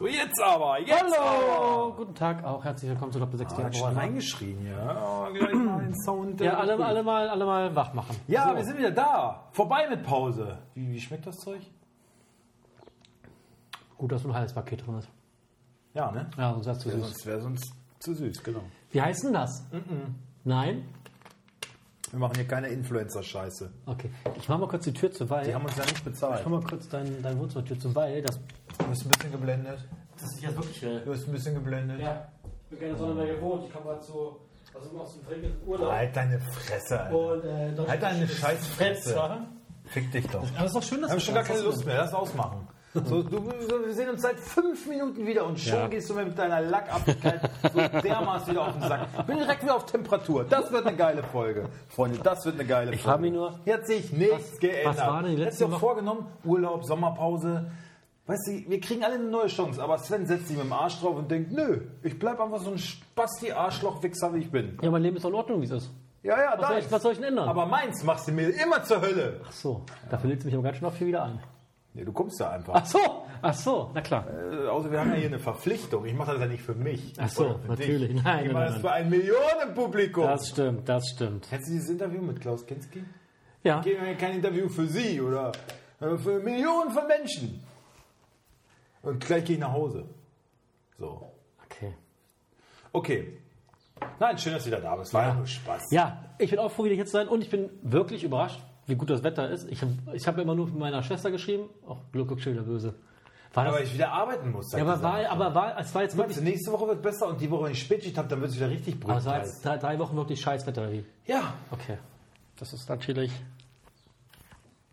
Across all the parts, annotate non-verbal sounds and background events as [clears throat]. Jetzt aber, jetzt Hallo! aber. Oh, Guten Tag auch, herzlich willkommen zu Doppel 6 Hat schon reingeschrien, ja. Oh, gleich mal den Sound. äh, Ja, alle, gut. alle, mal, alle mal wach machen. Ja, So. wir sind wieder da. Vorbei mit Pause. Wie, wie schmeckt das Zeug? Gut, dass so ein halbes Paket drin ist. Ja, ne? Ja, sonst wär's zu süß. Sonst wäre sonst zu süß, genau. Wie heißt denn das? Nein? Wir machen hier keine Influencer-Scheiße. Okay. Ich mach mal kurz die Tür zu, weil. Die haben uns ja nicht ich bezahlt. mach mal kurz dein, dein Wohnzimmertür zu, weil das. Du bist ein bisschen geblendet. Das ist jetzt wirklich äh, Du schnell. bist ein bisschen geblendet. Ja, ich bin gerne Sonne mehr gewohnt. Ich kam gerade zu. Also immer aus dem Trinken Urlaub. Halt deine Fresse, Alter. Und, äh, Halt deine scheiß Fresse. Fick dich doch. Aber ist doch schön, dass Ich habe schon gar keine Lust mehr, lass ausmachen. So, du, so, wir sehen uns seit fünf Minuten wieder und schon Ja. gehst du mir mit deiner Lackabigkeit so dermaßen wieder auf den Sack. Bin direkt wieder auf Temperatur. Das wird eine geile Folge. Freunde, das wird eine geile Folge. Ich habe mir nur- Hier hat sich nichts Was- geändert. was war denn die letzte Hättest du auch Woche? vorgenommen, Urlaub, Sommerpause. Weißt du, wir kriegen alle eine neue Chance, aber Sven setzt sich mit dem Arsch drauf und denkt, nö, ich bleib einfach so ein Spasti-Arschloch-Wichser, wie ich bin. Ja, mein Leben ist in Ordnung, wie es ist. Ja, ja, Was soll, deins. ich, was soll ich denn ändern? Aber meins machst du mir immer zur Hölle. ach so, dafür lädst du mich aber ganz schön oft hier wieder ein. Nee, du kommst da einfach. Ach so, ach so, na klar. Äh, Außer wir haben ja hier eine Verpflichtung. Ich mache das ja nicht für mich. Ach so, Oder für natürlich. Dich. Nein, ich nein, mache das nein. für ein Millionenpublikum. Das stimmt, das stimmt. Kennst du dieses Interview mit Klaus Kinski? Ja, Geben wir kein Interview für Sie oder äh, für Millionen von Menschen. Und gleich gehe ich nach Hause. So. okay. Okay. Nein, schön, dass du wieder da bist. War ja, nur Spaß. Ja, ich bin auch froh, wieder hier zu sein und ich bin wirklich überrascht, wie gut das Wetter ist. Ich habe ich hab immer nur von meiner Schwester geschrieben. Ach, Glück, guck schon wieder böse. War das, Aber ich wieder arbeiten muss. sag ja, ich aber, dir. war, aber war, es war Meinst jetzt wirklich. du, nächste Woche wird besser und die Woche, wenn ich Spätschicht habe, dann wird es wieder richtig Aber es war brutal. jetzt drei, drei Wochen wirklich scheiß Wetter. Wie? Ja, Okay. Das ist natürlich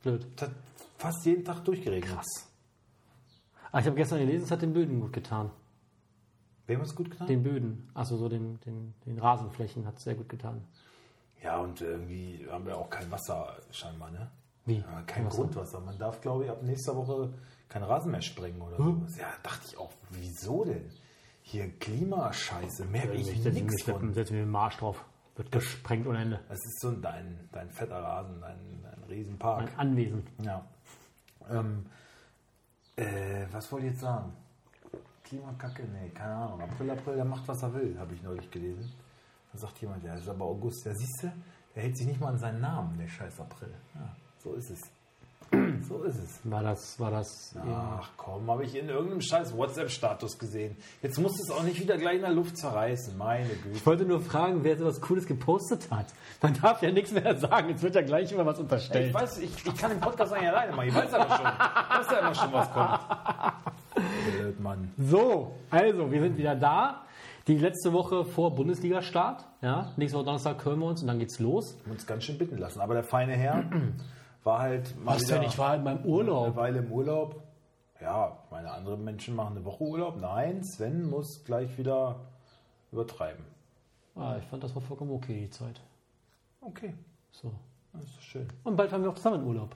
blöd. es hat fast jeden Tag durchgeregnet. Krass. Ah, ich habe gestern gelesen, es hat den Böden gut getan. Wem hat es gut getan? Den Böden, also so den, den, den Rasenflächen hat es sehr gut getan. Ja, und irgendwie haben wir auch kein Wasser scheinbar, ne? Wie? Ja, kein Wasser? Grundwasser. Man darf, glaube ich, ab nächster Woche kein Rasen mehr sprengen oder sowas. Ja, dachte ich auch, wieso denn? Hier Klimascheiße, merke ich nichts von. Setzen wir den Marsch drauf. Wird gesprengt ohne Ende. Das ist so dein, dein fetter Rasen, dein, dein Riesenpark. Ein Anwesen. Ja. Ähm, äh, was wollte ich jetzt sagen? Klimakacke? Nee, keine Ahnung. April, April, der macht, was er will, habe ich neulich gelesen. Da sagt jemand, ja, ist aber August. Ja, siehst du, der hält sich nicht mal an seinen Namen, der scheiß April. Ja, so ist es. So ist es. War das, war das. Ach komm, habe ich in irgendeinem scheiß WhatsApp-Status gesehen. Jetzt muss es auch nicht wieder gleich in der Luft zerreißen, meine Güte. Ich wollte nur fragen, wer sowas Cooles gepostet hat. Man darf ja nichts mehr sagen. Jetzt wird ja gleich immer was Ich unterstellt. weiß, ich, ich kann den Podcast eigentlich alleine machen. Ich weiß aber schon. Ich weiß ja immer schon, was kommt. Blöd, Mann. So, also, wir sind wieder da. Die letzte Woche vor Bundesliga-Start. Ja, nächste Woche Donnerstag hören wir uns und dann geht's los. haben uns ganz schön bitten lassen. Aber der feine [clears throat] Herr war halt mal wieder war in meinem eine Urlaub. Weile im Urlaub. Ja, ich meine, andere Menschen machen eine Woche Urlaub. Nein, Sven muss gleich wieder übertreiben. Ah, ich fand, das war vollkommen okay, die Zeit. Okay, So. das ist doch schön. Und bald fahren wir auch zusammen in Urlaub.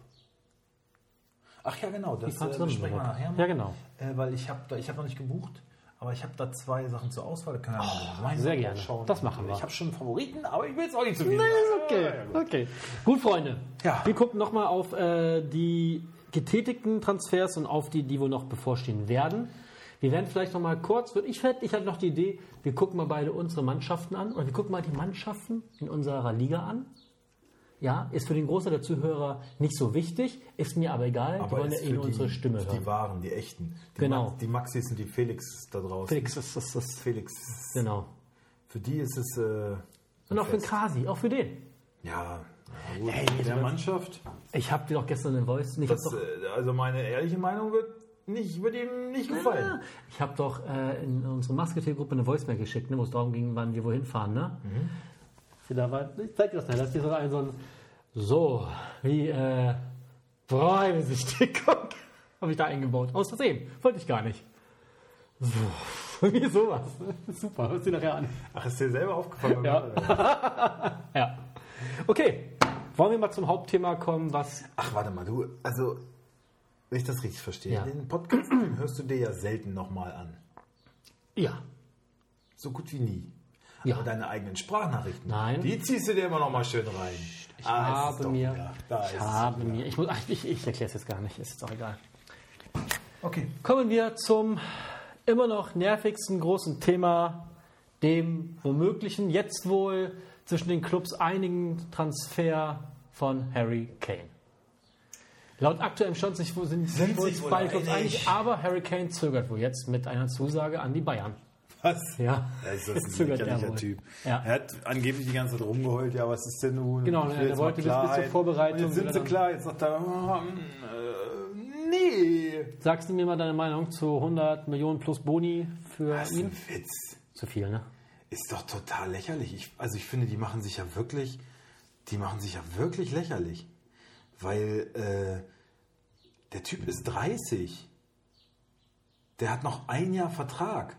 Ach ja, genau, das fahren äh, zusammen in besprechen wir Urlaub. nachher. mal. Ja, genau. Äh, weil ich habe ich hab noch nicht gebucht, aber ich habe da zwei Sachen zur Auswahl. Da Kann oh, mein sehr gerne. Das machen wir. Ich habe schon einen Favoriten, aber ich will jetzt auch nicht zu viel. Ist sagen. okay. okay. Gut, Freunde. Ja. Wir gucken nochmal auf äh, die getätigten Transfers und auf die, die wohl noch bevorstehen werden. Wir werden vielleicht nochmal kurz, würd ich hätte ich hatte noch die Idee, wir gucken mal beide unsere Mannschaften an oder wir gucken mal die Mannschaften in unserer Liga an. Ja, ist für den Großteil der Zuhörer nicht so wichtig, ist mir aber egal, Aber die wollen ja ist eh für nur unsere Stimme Die hören. wahren, die echten. Die Genau. Max, die Maxis und die Felix da draußen. Felix, das, das, das. Felix Genau. Für die ist es. Äh, Und auch für Fest. Kasi, auch für den. Ja. ja gut. in der Mannschaft. Ich habe dir doch gestern den Voice nicht Das, äh, also meine ehrliche Meinung wird, nicht, wird ihm nicht gefallen. Ich habe doch äh, in unsere Masketier-Gruppe eine Voicemail geschickt, ne, wo es darum ging, wann wir wohin fahren. Ne? Sie Da war, ich zeig dir das mal. Das ist so ein so, ein, so wie äh, [laughs] Bräumesichtigung. habe ich da eingebaut. Aus Versehen. Wollte ich gar nicht. [laughs] So, wie sowas. ne? Super, hörst du dir nachher an. Ach, ist dir selber aufgefallen? Ja. Ja. Okay, wollen wir mal zum Hauptthema kommen, was... Ach, warte mal, du, also, wenn ich das richtig verstehe, Ja. den Podcast [clears throat] den hörst du dir ja selten nochmal an. Ja. So gut wie nie. Ja. Aber deine eigenen Sprachnachrichten, Nein. die ziehst du dir immer nochmal schön rein. Ah, es Ich ist habe doch mir... wieder- Da Ich ist habe ah, mir... Ich, muss- ach, ich, ich erkläre es jetzt gar nicht. Ist jetzt auch egal. Okay. Kommen wir zum immer noch nervigsten großen Thema, dem womöglichen, jetzt wohl zwischen den Clubs einigen Transfer von Harry Kane. Laut aktuellem Stand sich wohl- sind, sind Sind wohl sich wohl zwei Clubs einig. einig, aber Harry Kane zögert wohl jetzt mit einer Zusage an die Bayern. Was? Ja, Er ist das ein Zögert er lächerlicher wohl. Typ. Ja. Er hat angeblich die ganze Zeit rumgeheult, ja, was ist denn nun? Genau, Ich will er jetzt wollte mal das bis zur Klarheit. Vorbereitung Und Jetzt sind wieder sie dann- klar, jetzt sagt er, oh, hm, äh, nee. Sagst du mir mal deine Meinung zu 100 Millionen plus Boni für Das ist ihn? ein Witz. Zu viel, ne? Ist doch total lächerlich. Ich, also ich finde, die machen sich ja wirklich, die machen sich ja wirklich lächerlich. Weil äh, der Typ ist 30. Der hat noch ein Jahr Vertrag.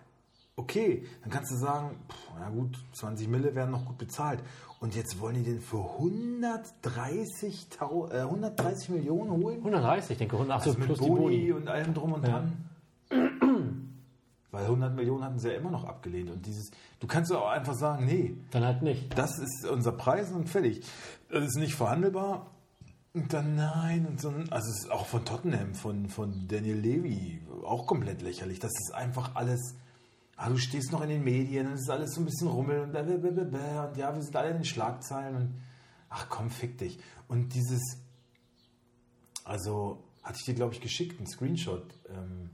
Okay, dann kannst du sagen, pff, na gut, 20 Mille werden noch gut bezahlt. Und jetzt wollen die den für 130, Tau- äh, 130 Millionen holen? 130, ich denke 180 Also mit plus Boni, die Boni. und allem drum und dran. [clears throat] Weil 100 Millionen hatten sie ja immer noch abgelehnt. Und dieses, du kannst ja auch einfach sagen, nee, Dann halt nicht. das ist unser Preis und fertig. Das ist nicht verhandelbar. Und dann nein. Und so, also es ist auch von Tottenham, von, von Daniel Levy, auch komplett lächerlich. Das ist einfach alles. Ah, du stehst noch in den Medien und es ist alles so ein bisschen Rummel und, blablabla und ja, wir sind alle in den Schlagzeilen und ach komm, fick dich. Und dieses, also hatte ich dir, glaube ich, geschickt, einen Screenshot. Ähm,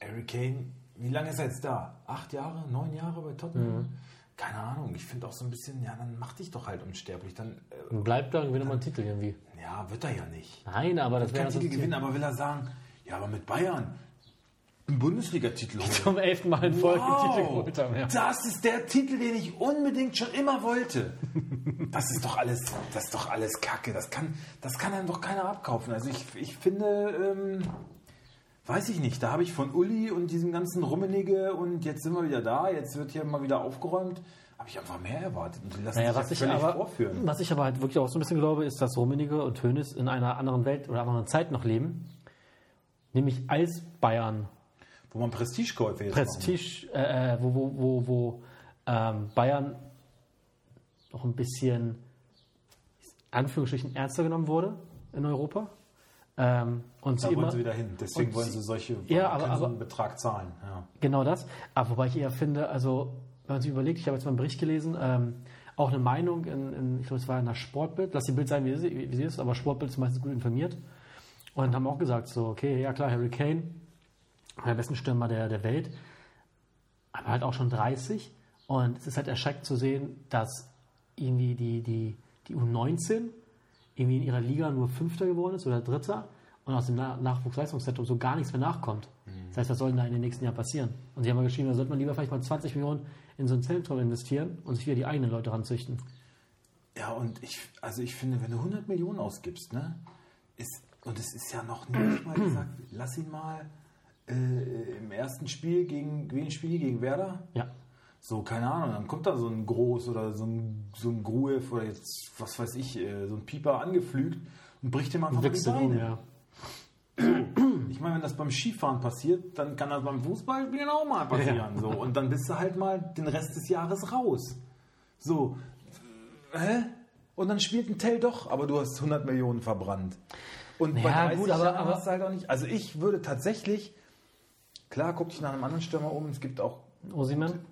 Harry Kane, wie lange ist er jetzt da? Acht Jahre, neun Jahre bei Tottenham? Keine Ahnung, ich finde auch so ein bisschen, ja, dann mach dich doch halt unsterblich. Dann, äh, Und bleibt da irgendwie nochmal ein Titel irgendwie. ja, wird er ja nicht. Nein, aber das wäre Kann das Titel gewinnen, Ziel. aber will er sagen, ja, aber mit Bayern einen Bundesliga-Titel holen. Zum elften Mal in Folge Wow, Titel geholt haben. Ja. Oh. Das ist der Titel, den ich unbedingt schon immer wollte. Das ist doch alles, das ist doch alles Kacke. Das kann, das kann einem doch keiner abkaufen. Also ich, ich finde, ähm, weiß ich nicht. Da habe ich von Uli und diesem ganzen Rummenige und jetzt sind wir wieder da. Jetzt wird hier mal wieder aufgeräumt. Habe ich einfach mehr erwartet. Und die lassen Naja, sich was ja ich, völlig aber, vorführen. was ich aber halt wirklich auch so ein bisschen glaube, ist, dass Rummenigge und Hoeneß in einer anderen Welt oder anderen Zeit noch leben. Nämlich als Bayern Wo man Prestigekäufe jetzt Prestige, äh, äh, wo, wo, wo, wo ähm, Bayern noch ein bisschen in Anführungsstrichen ernster genommen wurde in Europa. Ähm, machen. und Da sie wollen immer, sie wieder hin. Deswegen und wollen sie- sie solche Ja, aber- können so einen aber- Betrag zahlen. Ja. Genau das. Aber wobei ich eher finde, also wenn man sich überlegt, ich habe jetzt mal einen Bericht gelesen, ähm, auch eine Meinung, in, in, ich glaube, es war in der Sportbild, lass die Bild sein, wie sie, wie sie ist, aber Sportbild ist meistens gut informiert. Und haben auch gesagt, so, okay, ja klar, Harry Kane, der besten Stürmer der, der Welt, aber halt auch schon 30. Und es ist halt erschreckend zu sehen, dass irgendwie die, die, die U19 irgendwie in ihrer Liga nur Fünfter geworden ist oder Dritter und aus dem Na- Nachwuchsleistungszentrum so gar nichts mehr nachkommt. Mhm. Das heißt, was soll denn da in den nächsten Jahren passieren? Und sie haben mal geschrieben, da sollte man lieber vielleicht mal 20 Millionen in so ein Zentrum investieren und sich wieder die eigenen Leute ranzüchten. Ja, und ich, also ich finde, wenn du 100 Millionen ausgibst, ne, ist, und es ist ja noch nicht mal gesagt, lass ihn mal äh, im ersten Spiel gegen, gegen Spiel gegen Werder, Ja. so, keine Ahnung, dann kommt da so ein Groß oder so ein, so ein Gruev oder jetzt, was weiß ich, äh, so ein Pieper angepflügt und bricht ihm einfach mal die Wechseln Beine. um, ja. Hm. Ich meine, wenn das beim Skifahren passiert, dann kann das beim Fußballspielen auch mal passieren. So. Und dann bist du halt mal den Rest des Jahres raus. So. Hä? Und dann spielt ein Tell doch, aber du hast 100 Millionen verbrannt. Und bei Ja, 30 gut, aber- Jahren aber- hast du halt auch nicht. Also ich würde tatsächlich, klar, guck dich nach einem anderen Stürmer um. Es gibt auch, Osimhen?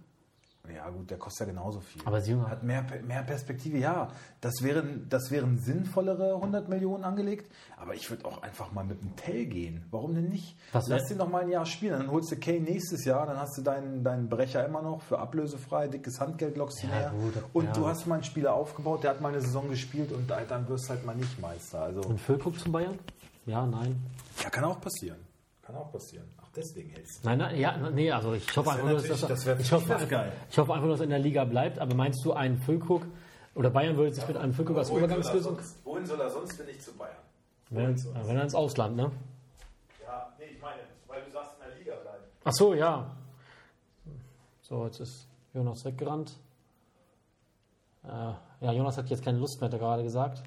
ja gut, der kostet ja genauso viel. Aber ist jünger. Hat mehr, mehr Perspektive, ja. Das wären, das wären sinnvollere 100 Millionen angelegt. Aber ich würde auch einfach mal mit dem Tell gehen. Warum denn nicht? Was Lass wär- den noch mal ein Jahr spielen. Dann holst du Kane nächstes Jahr. Dann hast du deinen, deinen Brecher immer noch für ablösefrei. Dickes Handgeld lockst du Ja, her. gut, Und ja. du hast mal einen Spieler aufgebaut, der hat mal eine Saison gespielt. Und halt, dann wirst du halt mal nicht Meister. Also, Und Füllkrug zum Bayern? Ja, nein. ja, kann auch passieren. Kann auch passieren. Ach, deswegen hältst Nein, nein, ja, nee, also ich hoffe Das wär einfach, nur, dass natürlich- das, das wär- ich hoffe, das wär einfach- geil. Ich hoffe einfach, nur, dass er in der Liga bleibt. Aber meinst du einen Füllkrug oder Bayern würde sich mit einem Füllkrug als Übergangslösung? Wohin soll er sonst, wenn nicht zu Bayern? Wenn, ja, wenn er ins Ausland, ne? Ja, nee, ich meine, weil du sagst, in der Liga bleiben. Ach so, ja. So, jetzt ist Jonas weggerannt. Äh, ja, Jonas hat jetzt keine Lust mehr, hat er gerade gesagt.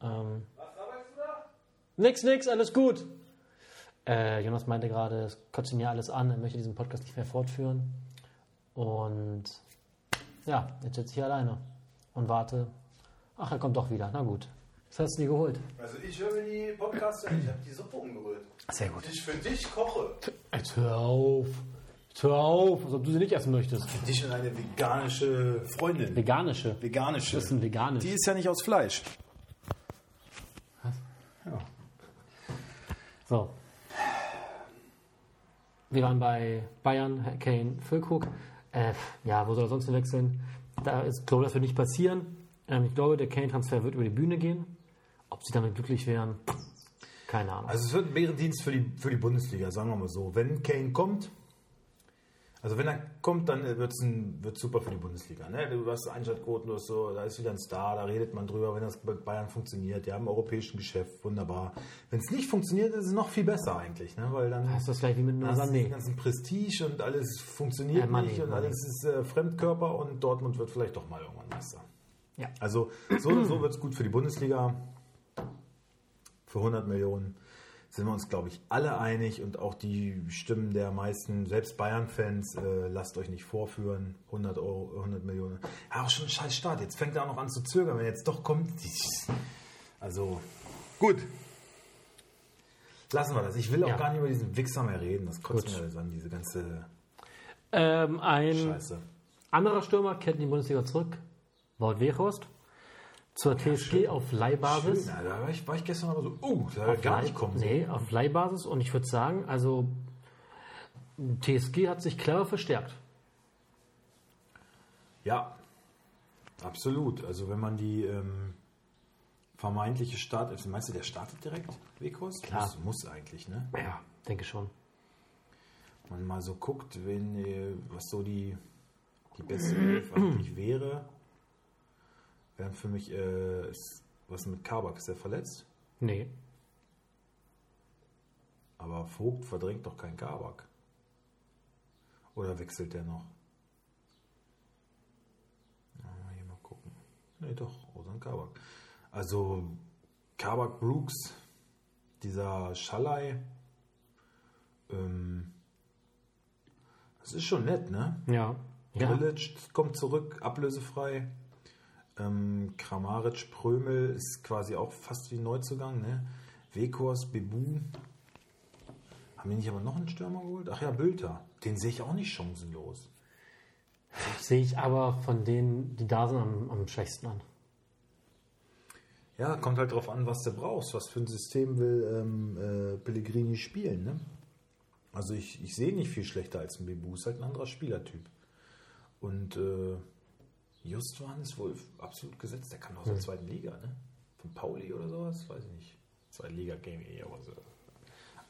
Ähm, Was arbeitest du da? nix, nix, alles gut. Äh, Jonas meinte gerade, es kotzt ihn ja alles an, er möchte diesen Podcast nicht mehr fortführen. Und ja, jetzt sitze ich hier alleine und warte. Ach, er kommt doch wieder. Na gut. Was hast du dir geholt? Also ich höre mir die Podcasts an, ich habe die Suppe umgerührt. Sehr gut. Die ich für dich koche. Jetzt hör auf. Jetzt hör auf, als ob du sie nicht essen möchtest. Dich und eine veganische Freundin. Veganische. veganische. Das ist ein veganisch. Die ist ja nicht aus Fleisch. So. Wir waren bei Bayern, Kane, Füllkrug. Äh, ja, wo soll er sonst hin wechseln? Da ist, glaube das wird nicht passieren. Ähm, ich glaube, der Kane-Transfer wird über die Bühne gehen. Ob sie damit glücklich wären, keine Ahnung. Also es wird ein Bärendienst für die, für die Bundesliga, sagen wir mal so. Wenn Kane kommt, also wenn er kommt, dann wird es wird's super für die Bundesliga. Ne? Du hast Einschaltquoten, du hast so, da ist wieder ein Star, da redet man drüber, wenn das bei Bayern funktioniert. Die haben im europäischen Geschäft, wunderbar. Wenn es nicht funktioniert, ist es noch viel besser eigentlich, ne? weil dann das ist das gleich wie mit hast du den Sané. ganzen Prestige und alles funktioniert Ja, Mané, nicht und Mané. alles ist äh, Fremdkörper und Dortmund wird vielleicht doch mal irgendwann Meister. Ja. Also so oder so wird es gut für die Bundesliga. Für 100 Millionen sind wir uns, glaube ich, alle einig und auch die Stimmen der meisten, selbst Bayern-Fans, äh, lasst euch nicht vorführen. 100 Euro, 100 Millionen. Ja, auch schon ein scheiß Start. Jetzt fängt er auch noch an zu zögern, wenn jetzt doch kommt. Also gut. Lassen wir das. Ich will auch Ja. gar nicht über diesen Wichser mehr reden. Das kotzt Gut. mir alles an, diese ganze Ähm, ein Scheiße. anderer Stürmer kehrt in die Bundesliga zurück. Wout Weghorst. Zur TSG auf Leihbasis. Schön, Alter. da war ich, war ich gestern aber so, oh, da hat er gar nicht kommen. Nee, auf Leihbasis. Und ich würde sagen, also TSG hat sich clever verstärkt. Ja, absolut. Also wenn man die ähm, vermeintliche Start, also meinst du, der startet direkt Weghorst? Klar. Muss, muss eigentlich, ne? Ja, denke schon. Wenn man mal so guckt, wenn, äh, was so die, die beste Elf eigentlich wäre, wären für mich, äh, ist, was mit Kabak, ist der verletzt? Nee. Aber Vogt verdrängt doch keinen Kabak. Oder wechselt der noch? Na, Mal hier mal gucken. Nee, doch, Osan Kabak. Also Kabak Brooks, dieser Schalai. Ähm, das ist schon nett, ne? Ja. Ja. Village kommt zurück, ablösefrei. Ähm, Kramaric Prömel ist quasi auch fast wie ein Neuzugang, ne? Wekors, Bebu. Haben wir nicht aber noch einen Stürmer geholt? Ach ja, Bülter. Den sehe ich auch nicht chancenlos. Sehe ich aber von denen, die da sind, am, am schwächsten an. Ja, kommt halt drauf an, was du brauchst. Was für ein System will ähm, äh, Pellegrini spielen, ne? Also ich, ich sehe nicht viel schlechter als ein Bebu. Ist halt ein anderer Spielertyp. Und äh, Just Johannes Wolf, absolut gesetzt. Der kann aus der zweiten Liga, ne? Von Pauli oder sowas, weiß ich nicht. Zweite Liga Game eh, aber so.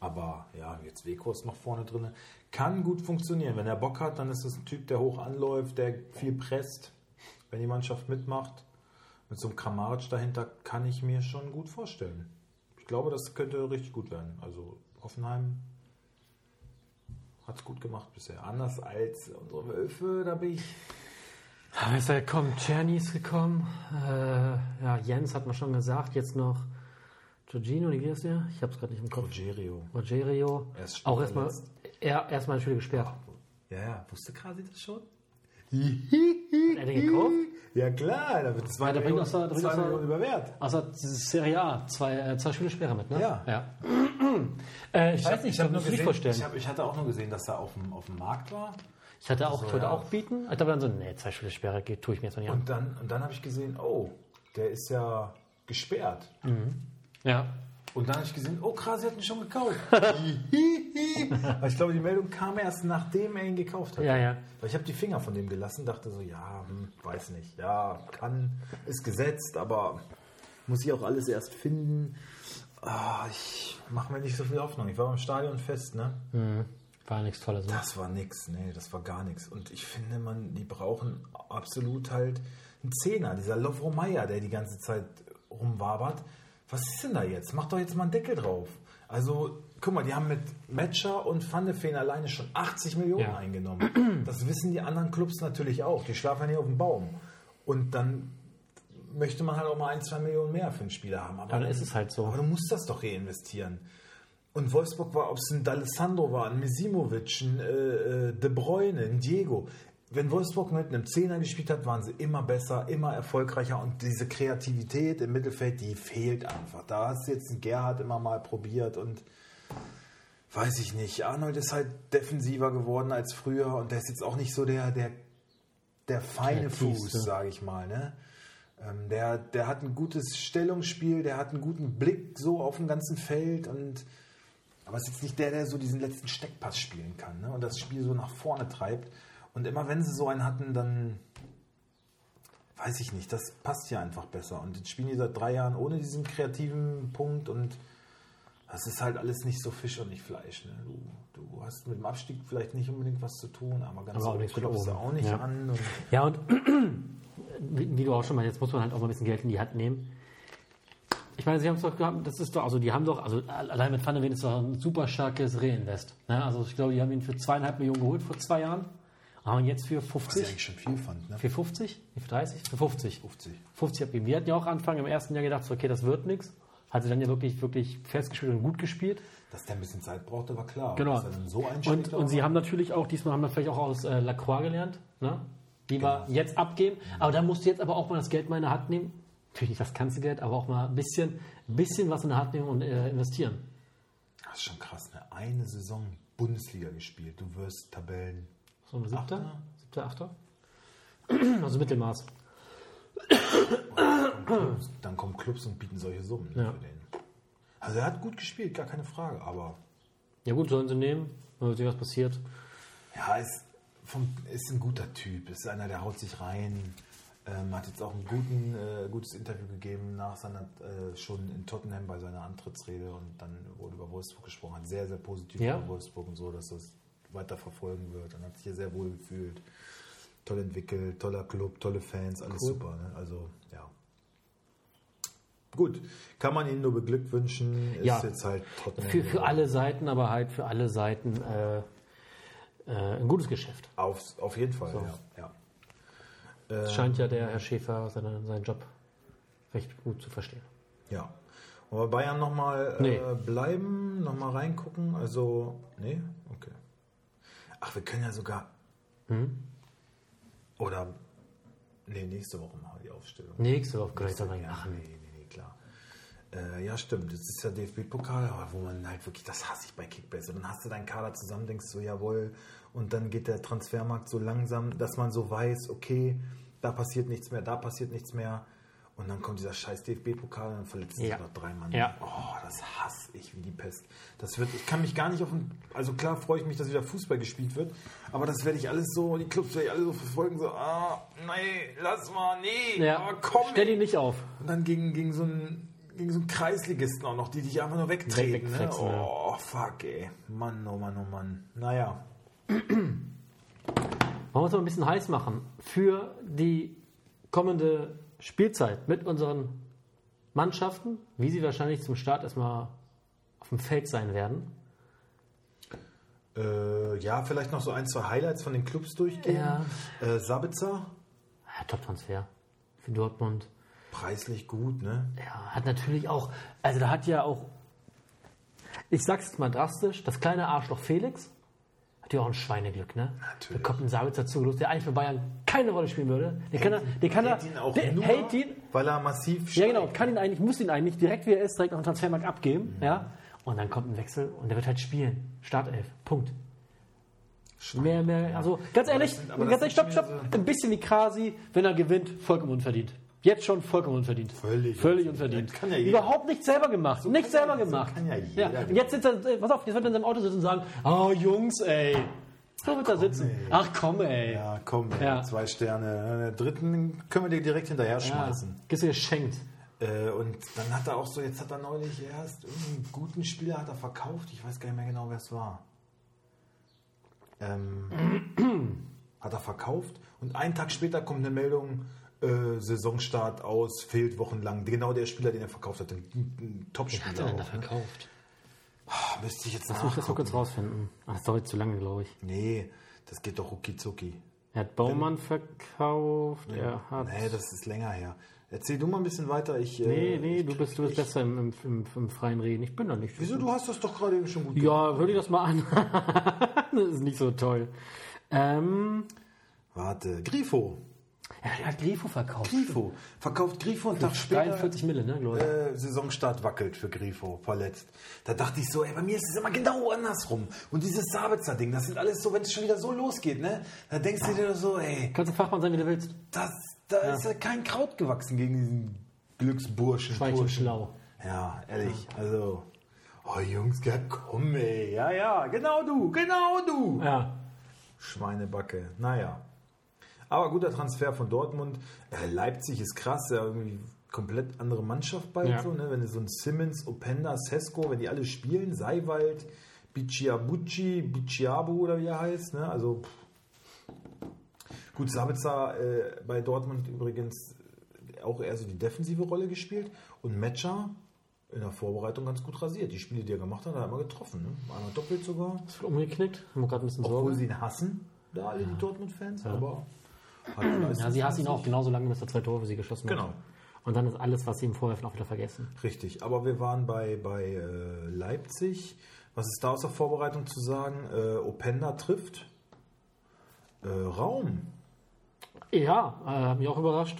Aber ja, jetzt Wekos noch vorne drin. Kann gut funktionieren. Wenn er Bock hat, dann ist das ein Typ, der hoch anläuft, der viel presst. Wenn die Mannschaft mitmacht, mit so einem Kramaric dahinter, kann ich mir schon gut vorstellen. Ich glaube, das könnte richtig gut werden. Also Hoffenheim hat es gut gemacht bisher. Anders als unsere Wölfe, da bin ich. Aber ist ja gekommen, Czerny ist gekommen, äh, ja, Jens hat man schon gesagt, jetzt noch Giorgino, wie geht es dir? Ich habe es gerade nicht im Kopf. Rogerio. Rogerio, Er ist auch erstmal verletzt. er, erstmal ein Spiel gesperrt. Ja, ja, wusste Krasi das [laughs] schon? Hat er den gekauft? Ja klar, da wird zwei Ja, da bringt Millionen, auch so- da bringt zwei auch so- Millionen über Wert. Außer dieses Also Serie A, zwei, äh, zwei Spiele Sperre mit, ne? Ja. ja. [clears throat] äh, ich weiß nicht, ich kann hab mir nur das nicht gesehen- vorstellen. Ich, hab, ich hatte auch nur gesehen, dass er auf dem, auf dem Markt war. ich hatte auch, ich wollte ja. auch bieten, aber dann so, nee, zwei Spiele Sperre geht, tue ich mir jetzt noch nicht an. Und dann, und dann habe ich gesehen, oh, der ist ja gesperrt. Ja. Und dann habe ich gesehen, oh krass, sie hat ihn schon gekauft. [laughs] Hihihi. Weil ich glaube, die Meldung kam erst, nachdem er ihn gekauft hat. Ja, ja. Weil ich habe die Finger von dem gelassen, dachte so, ja, hm, weiß nicht. Ja, kann, ist gesetzt, aber muss ich auch alles erst finden. Ah, ich mache mir nicht so viel Hoffnung. Ich war beim Stadion fest, ne? War nichts Tolles. Ne? Das war nix, nee, das war gar nichts. Und ich finde, man, die brauchen absolut halt einen Zehner. Dieser Lovro Meyer, der die ganze Zeit rumwabert. Was ist denn da jetzt? Mach doch jetzt mal einen Deckel drauf. Also, guck mal, die haben mit Matcher und Van de Ven alleine schon 80 Millionen Ja. eingenommen. Das wissen die anderen Clubs natürlich auch. Die schlafen ja nicht auf dem Baum. Und dann möchte man halt auch mal ein, zwei Millionen mehr für einen Spieler haben. Aber dann ist es halt so. Aber du musst das doch reinvestieren. Und Wolfsburg war, ob es ein D'Alessandro war, ein Misimovic, ein äh, äh, De Bruyne, ein Diego. wenn Wolfsburg mit einem Zehner gespielt hat, waren sie immer besser, immer erfolgreicher und diese Kreativität im Mittelfeld, die fehlt einfach. Da hast du jetzt einen Gerhard immer mal probiert und weiß ich nicht. Arnold ist halt defensiver geworden als früher und der ist jetzt auch nicht so der, der, der feine Kreativste. Fuß, sage ich mal. Ne? Ähm, der, der hat ein gutes Stellungsspiel, der hat einen guten Blick so auf dem ganzen Feld und aber es ist jetzt nicht der, der so diesen letzten Steckpass spielen kann ne? und das Spiel so nach vorne treibt. Und immer wenn sie so einen hatten, dann weiß ich nicht, das passt ja einfach besser. Und jetzt spielen die seit drei Jahren ohne diesen kreativen Punkt und das ist halt alles nicht so Fisch und nicht Fleisch. Ne? Du, du hast mit dem Abstieg vielleicht nicht unbedingt was zu tun, aber ganz Aber auch oben nichts mit klopfst du oben. auch nicht Ja. an. Und Ja, und [clears throat] wie, wie du auch schon meinst, jetzt muss man halt auch mal ein bisschen Geld in die Hand nehmen. Ich meine, sie haben es doch gehabt, das ist doch, also die haben doch, also allein mit Van der Ven ist doch ein super starkes Reinvest. Ne? Also ich glaube, die haben ihn für zweieinhalb Millionen geholt vor zwei Jahren. Haben ihn jetzt für was ich 50. eigentlich schon viel fand. Ne? Für 50? Nee, für 30? Für 50. 50. 50 abgeben. Wir hatten ja auch Anfang im ersten Jahr gedacht, so, okay, das wird nichts. Hat sie dann ja wirklich, wirklich festgespielt und gut gespielt. Dass der ein bisschen Zeit brauchte, war klar. Genau. Dass er dann so einschlägt, und, und sie haben natürlich auch, diesmal haben wir vielleicht auch aus äh, Lacroix gelernt, ne? die wir Genau. jetzt abgeben. Aber da musst du jetzt aber auch mal das Geld mal in der Hand nehmen. Natürlich nicht das ganze Geld, aber auch mal ein bisschen, bisschen was in der Hand nehmen und äh, investieren. das ist schon krass. Ne? Eine Saison Bundesliga gespielt. Du wirst Tabellen So ein siebter, Achter? siebter, achter. [clears throat] Also Mittelmaß. Clubs, dann kommen Clubs und bieten solche Summen ne, Ja. für den. Also er hat gut gespielt, gar keine Frage, aber Ja gut, sollen sie nehmen, wenn sehen, was passiert. ja, ist, vom, ist ein guter Typ, ist einer, der haut sich rein, ähm, hat jetzt auch ein guten, äh, gutes Interview gegeben nach seiner, äh, schon in Tottenham bei seiner Antrittsrede und dann wurde über Wolfsburg gesprochen, hat sehr, sehr positiv Ja. über Wolfsburg und so, dass das weiter verfolgen wird und hat sich hier sehr wohl gefühlt, toll entwickelt, toller Club, tolle Fans, alles super, ne? also ja. Gut, kann man ihm nur beglückwünschen, ist Ja. jetzt halt Tottenham. Für, für alle Seiten, aber halt für alle Seiten äh, äh, ein gutes Geschäft. Auf, auf jeden Fall, ja. ja. Äh. Es scheint ja der Herr Schäfer seine, seinen Job recht gut zu verstehen. Ja. Wollen wir Bayern nochmal Nee. äh, bleiben, nochmal reingucken? Also, nee? Okay. Ach, wir können ja sogar. Oder. Nee, nächste Woche machen wir die Aufstellung. Nächste Woche kann ich da Ja, reinmachen. nee, nee, nee, klar. Äh, ja, stimmt. Das ist ja DFB-Pokal, aber wo man halt wirklich, das hasse ich bei Kickbase. Dann hast du deinen Kader zusammen, denkst du, jawohl. Und dann geht der Transfermarkt so langsam, dass man so weiß, okay, da passiert nichts mehr, da passiert nichts mehr. Und dann kommt dieser scheiß DFB-Pokal und dann verletzt sich Ja. noch drei Mann. Ja. Oh, das hasse ich wie die Pest. Das wird, ich kann mich gar nicht auf den, also klar freue ich mich, dass wieder Fußball gespielt wird, aber das werde ich alles so, die Clubs werde ich alle so verfolgen, so, ah, nee, lass mal, nee, Ja, ah, komm, stell ey. ihn nicht auf. Und dann gegen, gegen, so einen, gegen so einen Kreisligisten auch noch, die dich einfach nur wegtreten. Ne? wegfetzen, ja. Oh, fuck, ey. Mann, oh Mann, oh Mann. Naja, Wollen wir uns mal ein bisschen heiß machen für die kommende Spielzeit mit unseren Mannschaften, wie sie wahrscheinlich zum Start erstmal auf dem Feld sein werden. äh, ja, vielleicht noch so ein, zwei Highlights von den Clubs durchgehen. Ja. Äh, Sabitzer, Ja, Top-Transfer für Dortmund. preislich gut, ne? Ja, hat natürlich auch, also da hat ja auch, ich sag's jetzt mal drastisch, das kleine Arschloch Felix hat ja auch ein Schweineglück, ne? Natürlich. Da kommt ein Sabitzer zugelost, der eigentlich für Bayern keine Rolle spielen würde. Der kann er, der kann Hält er, ihn auch der nur, hält ihn, weil er massiv ja genau, kann ihn eigentlich, muss ihn eigentlich direkt wie er ist, direkt auf den Transfermarkt abgeben, Mhm. ja? Und dann kommt ein Wechsel und der wird halt spielen. Startelf, Punkt. Mehr, mehr, also ganz ehrlich, sind- aber das ganz ehrlich, sind stopp, stopp, schon wieder ein bisschen wie Krasi, wenn er gewinnt, vollkommen unverdient. Jetzt schon vollkommen unverdient. Völlig Völlig unverdient. unverdient. Das kann ja jeder. Überhaupt nichts selber gemacht. nichts kann selber ja- so gemacht. kann ja jeder und jetzt sitzt er, äh, pass auf, jetzt wird er in seinem Auto sitzen und sagen, oh Jungs, ey. So wird er sitzen. Ach komm, ey. Ja, komm, ey, Ja. zwei Sterne. Äh, Dritten können wir dir direkt hinterher Ja, schmeißen. Gehst du geschenkt. Äh, und dann hat er auch so, jetzt hat er neulich erst irgendeinen guten Spieler hat er verkauft. Ich weiß gar nicht mehr genau, wer es war. Ähm, [clears throat] hat er verkauft und einen Tag später kommt eine Meldung, äh, Saisonstart aus, fehlt wochenlang. Genau der Spieler, den er verkauft hat, ein, ein Hat er Top-Spieler. denn da auch, ne? verkauft? Ah, Müsste ich jetzt Lass mich das mal nachgucken. kurz rausfinden. Ach, das dauert zu lange, glaube ich. Nee, das geht doch rucki-zucki. Er hat Baumann verkauft, er hat. Nee, das ist länger her. Erzähl du mal ein bisschen weiter. Ich, äh, Nee, nee, ich- du bist, du bist ich- besser im, im, im, im freien Reden. Ich bin da nicht. Wieso, du hast das doch gerade eben schon gut [laughs] Ja, hör dir das mal an. das ist nicht so toll. Ähm, Warte, Grifo. Ja, der hat Grifo verkauft. Grifo. Verkauft Grifo und Tag später. 43 Mille, ne, glaube ich. Äh, Saisonstart wackelt für Grifo, verletzt. Da dachte ich so, ey, bei mir ist es immer genau andersrum. Und dieses Sabitzer-Ding, das sind alles so, wenn es schon wieder so losgeht, ne? Da denkst du dir so, ey, Kannst du Fachmann sein, wie du willst. das, da ist ja kein Kraut gewachsen gegen diesen Glücksburschen. Schweinchen Burschen. schlau. Ja, ehrlich, also. Oh, Jungs, ja, komm, ey. Ja, ja, genau du, genau du. Ja. Schweinebacke. Naja. Aber guter Transfer von Dortmund. Äh, Leipzig ist krass, ja, irgendwie komplett andere Mannschaft bald. Ja. So, ne? Wenn du so ein Simmons, Openda, Sesko, wenn die alle spielen, Seiwald, Biciabucci, Biciabu oder wie er heißt. Ne? Also, pff. gut, Sabitzer äh, bei Dortmund übrigens auch eher so die defensive Rolle gespielt und Matcher in der Vorbereitung ganz gut rasiert. Die Spiele, die er gemacht hat, hat er immer getroffen. Ne? Einmal doppelt sogar. Ist umgeknickt. Haben wir gerade ein bisschen Obwohl Sorge. sie ihn hassen, da alle die Dortmund-Fans, aber hat er Ja, sie hasst ihn auch genauso lange, bis er zwei Tore für sie geschossen hat. Genau. Und dann ist alles, was sie ihm vorwerfen, auch wieder vergessen. Richtig, aber wir waren bei, bei äh, Leipzig. Was ist da aus der Vorbereitung zu sagen? Äh, Openda trifft äh, Raum. Ja, äh, hat mich auch überrascht.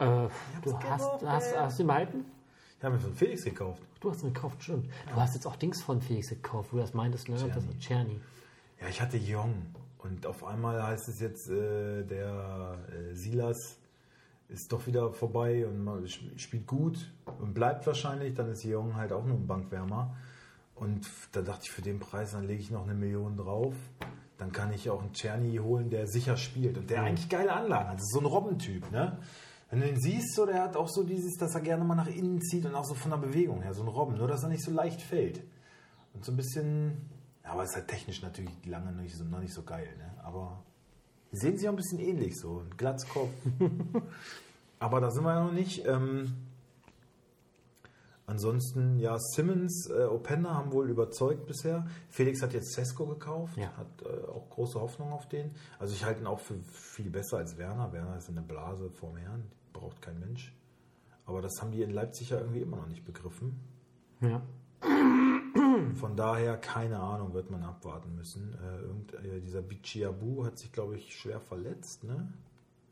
Äh, du hab's hast, gemocht, hast, ey. hast du ihn behalten? Ich habe mir von Felix gekauft. Du hast ihn gekauft, stimmt. Du hast jetzt auch Dings von Felix gekauft, wo du das meintest, ne? Das ist Czerny. Ja, ich hatte Jong und auf einmal heißt es jetzt, äh, der äh, Silas ist doch wieder vorbei und man sp- spielt gut und bleibt wahrscheinlich. Dann ist Jong halt auch nur ein Bankwärmer. Und f- da dachte ich, für den Preis, dann lege ich noch eine Million drauf. Dann kann ich auch einen Czerny holen, der sicher spielt und der eigentlich geile Anlagen hat. Das ist so ein Robbentyp, ne? Wenn du ihn siehst, so, der hat auch so dieses, dass er gerne mal nach innen zieht und auch so von der Bewegung her, so ein Robben. Nur, dass er nicht so leicht fällt. Und so ein bisschen, ja, aber ist halt technisch natürlich lange nicht so, noch nicht so geil, ne? Aber die sehen sich auch ein bisschen ähnlich, so ein Glatzkopf. aber da sind wir ja noch nicht. Ähm, ansonsten, ja, Simmons, äh, Openda haben wohl überzeugt bisher. Felix hat jetzt Cesco gekauft, Ja. hat äh, auch große Hoffnung auf den. Also ich halte ihn auch für viel besser als Werner. Werner ist in der Blase vorm Herrn, die braucht kein Mensch. Aber das haben die in Leipzig ja irgendwie immer noch nicht begriffen. Ja. Von daher, keine Ahnung, wird man abwarten müssen. Äh, irgend, äh, dieser Bichiabu hat sich, glaube ich, schwer verletzt. Ne?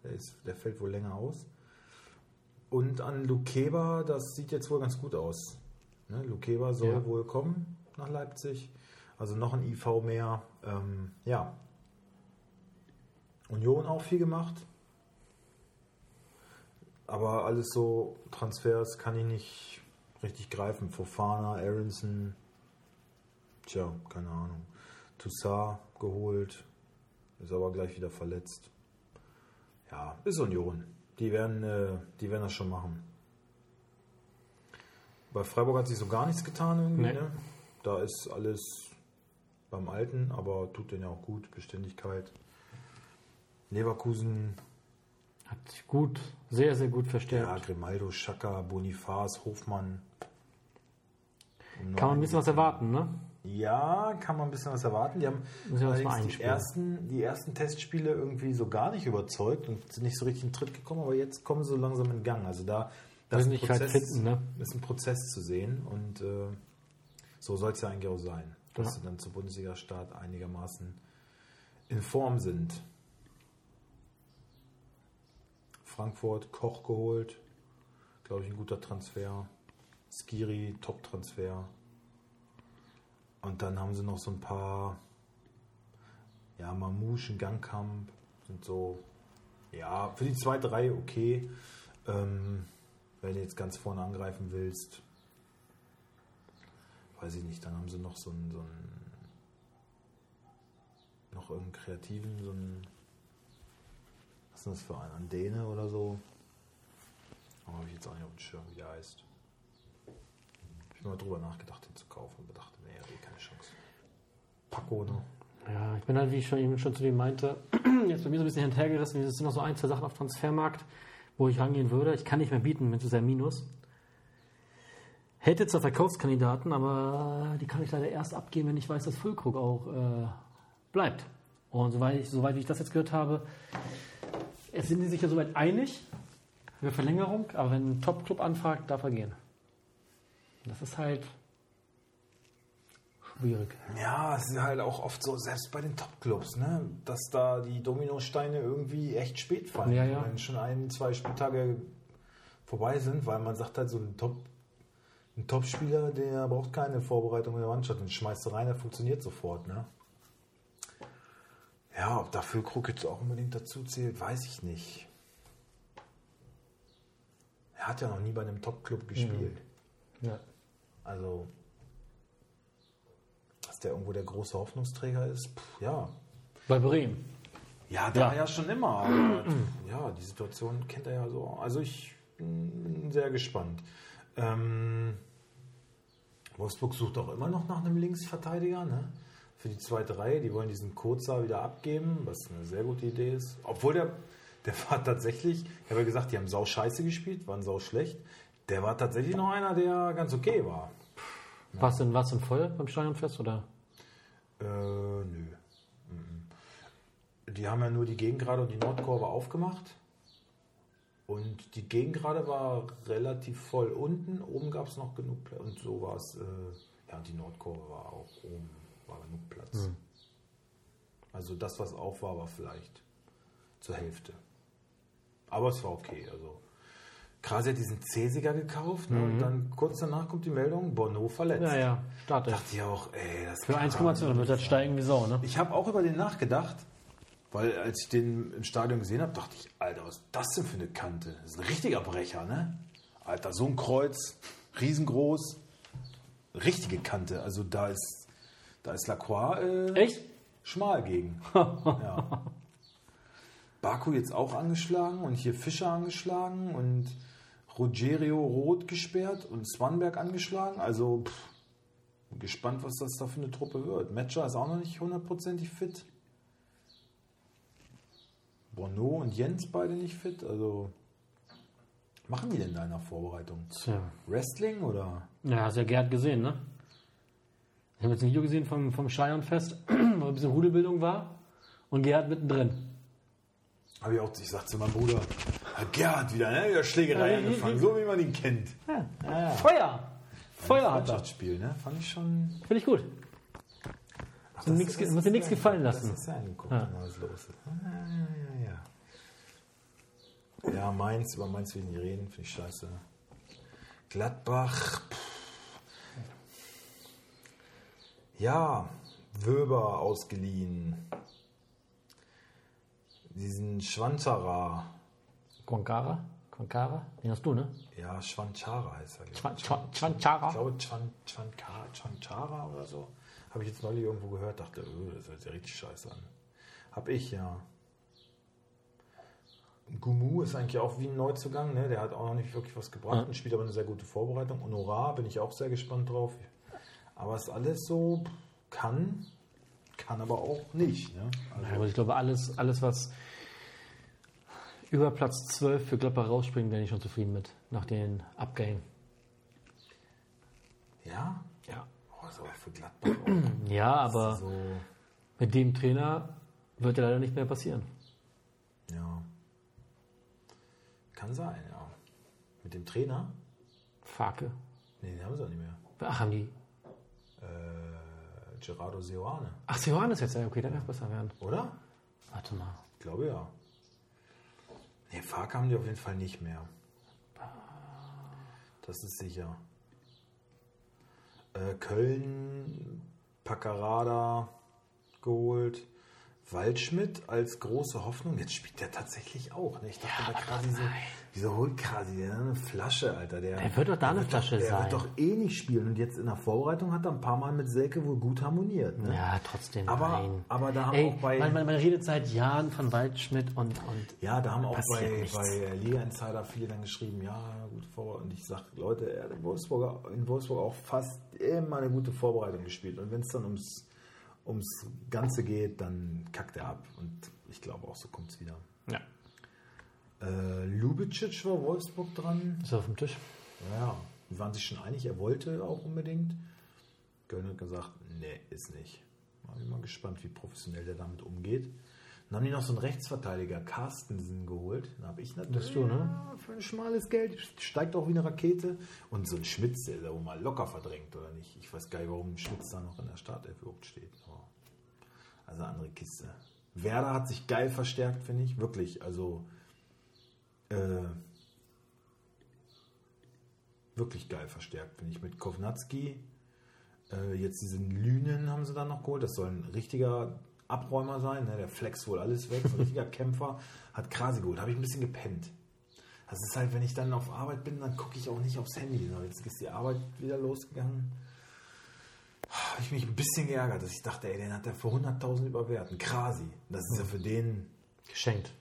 Der, ist, der fällt wohl länger aus. Und an Lukeba, das sieht jetzt wohl ganz gut aus. Ne? Lukeba soll Ja. wohl kommen nach Leipzig. Also noch ein IV mehr. Ähm, ja. Union auch viel gemacht. Aber alles so Transfers kann ich nicht richtig greifen. Fofana, Aronson, Tja, keine Ahnung. Toussaint geholt, ist aber gleich wieder verletzt. Ja, ist Union. Die werden, äh, die werden das schon machen. Bei Freiburg hat sich so gar nichts getan irgendwie. Nee. Ne? Da ist alles beim Alten, aber tut denen ja auch gut. Beständigkeit. Leverkusen, Hat sich gut, sehr, sehr gut ja, verstärkt. Grimaldo, Schaka, Bonifaz, Hofmann. Um Kann man ein noch bisschen was erwarten, ne? Ja, kann man ein bisschen was erwarten. Die haben Müssen wir uns mal allerdings die einspielen. ersten, die ersten Testspiele irgendwie so gar nicht überzeugt und sind nicht so richtig in den Tritt gekommen, aber jetzt kommen sie so langsam in Gang. Also da da ist ein, Persönlichkeit Prozess, finden, ne? ist ein Prozess zu sehen und äh, so soll es ja eigentlich auch sein, dass sie dann zum Bundesliga-Start einigermaßen in Form sind. Frankfurt, Koch geholt, glaube ich, ein guter Transfer. Skiri, Top-Transfer. Und dann haben sie noch so ein paar, ja, Mamouche, Gangkamp, sind so, ja, für die zweite Reihe okay. Ähm, wenn du jetzt ganz vorne angreifen willst, weiß ich nicht, dann haben sie noch so einen, so einen noch irgendeinen kreativen, so einen, was ist denn das für einen, einen Däne oder so. Aber habe ich jetzt auch nicht auf dem Schirm, wie der heißt. Ich habe mal drüber nachgedacht, den zu kaufen, aber dachte, nee, er hat eh keine Chance. Paco, ne? Ja, ich bin halt, wie ich schon eben schon zu dir meinte, [clears throat] jetzt bei mir so ein bisschen hinterhergerissen. Es sind noch so ein, zwei Sachen auf Transfermarkt, wo ich rangehen würde. Ich kann nicht mehr bieten, mit dieser Minus. Hätte zwar Verkaufskandidaten, aber die kann ich leider erst abgeben, wenn ich weiß, dass Füllkrug auch äh, bleibt. Und soweit ich, soweit ich das jetzt gehört habe, es sind die sich ja soweit einig über Verlängerung, aber wenn ein Top-Club anfragt, darf er gehen. Das ist halt schwierig. Ja, es ist halt auch oft so, selbst bei den Top-Clubs, ne, dass da die Dominosteine irgendwie echt spät fallen. ne, Ja, ja. Wenn schon ein, zwei Spieltage vorbei sind, weil man sagt halt, so ein Top- ein Top-Spieler, der braucht keine Vorbereitung in der Mannschaft, den schmeißt du rein, der funktioniert sofort. Ne? Ja, ob dafür Krug jetzt auch unbedingt dazu zählt, weiß ich nicht. Er hat ja noch nie bei einem Top-Club gespielt. Ja. Also, dass der irgendwo der große Hoffnungsträger ist, pff, ja. Bei Bremen. Ja, da ja, schon immer. [clears throat] Aber, halt ja, die Situation kennt er ja so. Also ich bin sehr gespannt. Ähm, Wolfsburg sucht auch immer noch nach einem Linksverteidiger, ne? Für die zweite Reihe. Die wollen diesen Kurzer wieder abgeben, was eine sehr gute Idee ist. Obwohl der, der war tatsächlich, ich habe ja gesagt, die haben sau scheiße gespielt, waren sau schlecht. Der war tatsächlich noch einer, der ganz okay war. Warst du in, warst du im Feuer beim Stadionfest oder? Äh, nö. Mhm. Die haben ja nur die Gegengrade und die Nordkurve aufgemacht. Und die Gegengrade war relativ voll unten, oben gab es noch genug Platz. Und so war es, äh, ja, und die Nordkurve war auch oben, war genug Platz. Hm. Also das, was auf war, war vielleicht zur Hälfte. Aber es war okay. Also Krasi hat diesen Cäsiger gekauft ne? und dann kurz danach kommt die Meldung, Bono verletzt. Mhm. Ja, ja, startet. Dachte ich auch, ey, das Für kann 1,2 dann wird das steigen wie Sau, ne? ich habe auch über den nachgedacht, weil als ich den im Stadion gesehen habe, dachte ich, Alter, was ist das denn für eine Kante? Das ist ein richtiger Brecher, ne? Alter, so ein Kreuz, riesengroß, richtige Kante. Also da ist, da ist Lacroix äh, Echt? schmal gegen. ja. Baku jetzt auch angeschlagen und hier Fischer angeschlagen und Rogerio Roth gesperrt und Swanberg angeschlagen. Also pff, bin gespannt, was das da für eine Truppe wird. Matcher ist auch noch nicht hundertprozentig fit. Bono und Jens beide nicht fit. Also machen die denn da in der Vorbereitung? Tja. Wrestling oder? Ja, hast ja Gerd gesehen, ne? Ich habe jetzt ein Video gesehen vom, vom Stadionfest, [clears throat] wo ein bisschen Rudelbildung war und Gerhard mittendrin. Habe ich auch, ich sagte zu meinem Bruder, "Ah, Gerhard wieder, ne? Wieder Schlägerei Ja, wie- wie- angefangen, wie- so wie man ihn kennt. Feuer! Feuer hat er. Freundschaftsspiel, ne? Fand ich schon. Finde ich gut. Ach, dir nix ge- muss dir nix gefallen lassen. Das ist ja angeguckt, was los ist. Ah, ja, ja, ja. Ja, Mainz, über Mainz will ich nicht reden, finde ich scheiße. Gladbach. Pff. Ja, Wöber ausgeliehen. Diesen Schwanzara. Konkara? Konkara? Den hast du, ne? Ja, Schwanchara heißt er. glaub ich. Chwan- Chwan- Ich Chwanchara? glaube, Chan, Chanka, Chanchara oder so. Habe ich jetzt neulich irgendwo gehört, dachte, öh, das hört sich richtig scheiße an. Hab ich, ja. Gumu ist eigentlich auch wie ein Neuzugang, ne? der hat auch noch nicht wirklich was gebracht und spielt aber eine sehr gute Vorbereitung. Honorar bin ich auch sehr gespannt drauf. Aber ist alles so, kann, kann aber auch nicht. Ne? Also, Aber ich glaube, alles, alles was über Platz 12 für Gladbach rausspringt, bin ich schon zufrieden mit. Nach den Abgängen. ja, Ja. oh, ist aber für Gladbach auch Ja, [clears throat] aber so, mit dem Trainer wird ja leider nicht mehr passieren. ja. Kann sein, ja. Mit dem Trainer? Fake. Nee, den haben sie auch nicht mehr. Ach, haben die. Äh, Gerardo Seoane, Ach, Seoane ist jetzt ja okay, dann kann es besser werden. oder? Warte mal. Ich glaube ja. Ne, Fark haben die auf jeden Fall nicht mehr. Das ist sicher. Äh, Köln, Paccarada geholt. Waldschmidt als große Hoffnung. Jetzt spielt der tatsächlich auch. Ne? Ich dachte, bei Krasi so, wieso holt Krasi der eine Flasche, Alter? Der, Er wird doch da eine Flasche der sein. wird doch eh nicht spielen. Und jetzt in der Vorbereitung hat er ein paar Mal mit Selke wohl gut harmoniert. Ne? Ja, trotzdem. Aber- nein. aber da haben Ey, auch bei- Man, man, man redet seit Jahren von Waldschmidt und. und Ja, da haben auch Passiert bei, nichts. bei Liga Insider viele dann geschrieben, ja, gute Vorbereitung. Und ich sage, Leute, er hat in Wolfsburg, in Wolfsburg auch fast immer eine gute Vorbereitung gespielt. Und wenn es dann ums, ums Ganze geht, dann kackt er ab. Und ich glaube auch, so kommt es wieder. ja. Äh, Lubicic war Wolfsburg dran. Ist auf dem Tisch. Ja, die waren sich schon einig, er wollte auch unbedingt. Köln hat gesagt, nee, ist nicht. Mal bin mal gespannt, wie professionell der damit umgeht. Dann haben die noch so einen Rechtsverteidiger, Carstensen, geholt. Dann habe ich natürlich Bist du, ne? ja, für ein schmales Geld, steigt auch wie eine Rakete. Und so ein Schmitz, der da wohl mal locker verdrängt, oder nicht? Ich weiß gar nicht, warum Schmitz da noch in der Startelf überhaupt steht. Aber also andere Kiste. Werder hat sich geil verstärkt, finde ich. Wirklich, also äh, wirklich geil verstärkt, finde ich. Mit Kovnatski, äh, jetzt diesen Lünen haben sie dann noch geholt. Das soll ein richtiger Abräumer sein. Ne? Der flex wohl alles weg. So ein richtiger Kämpfer. Hat Krasi geholt. Habe ich ein bisschen gepennt. Das ist halt, wenn ich dann auf Arbeit bin, dann gucke ich auch nicht aufs Handy. So, jetzt ist die Arbeit wieder losgegangen. Habe ich mich ein bisschen geärgert, dass ich dachte, ey, den hat er für 100.000 überwert. Ein Krasi. Das ist ja für den Geschenkt.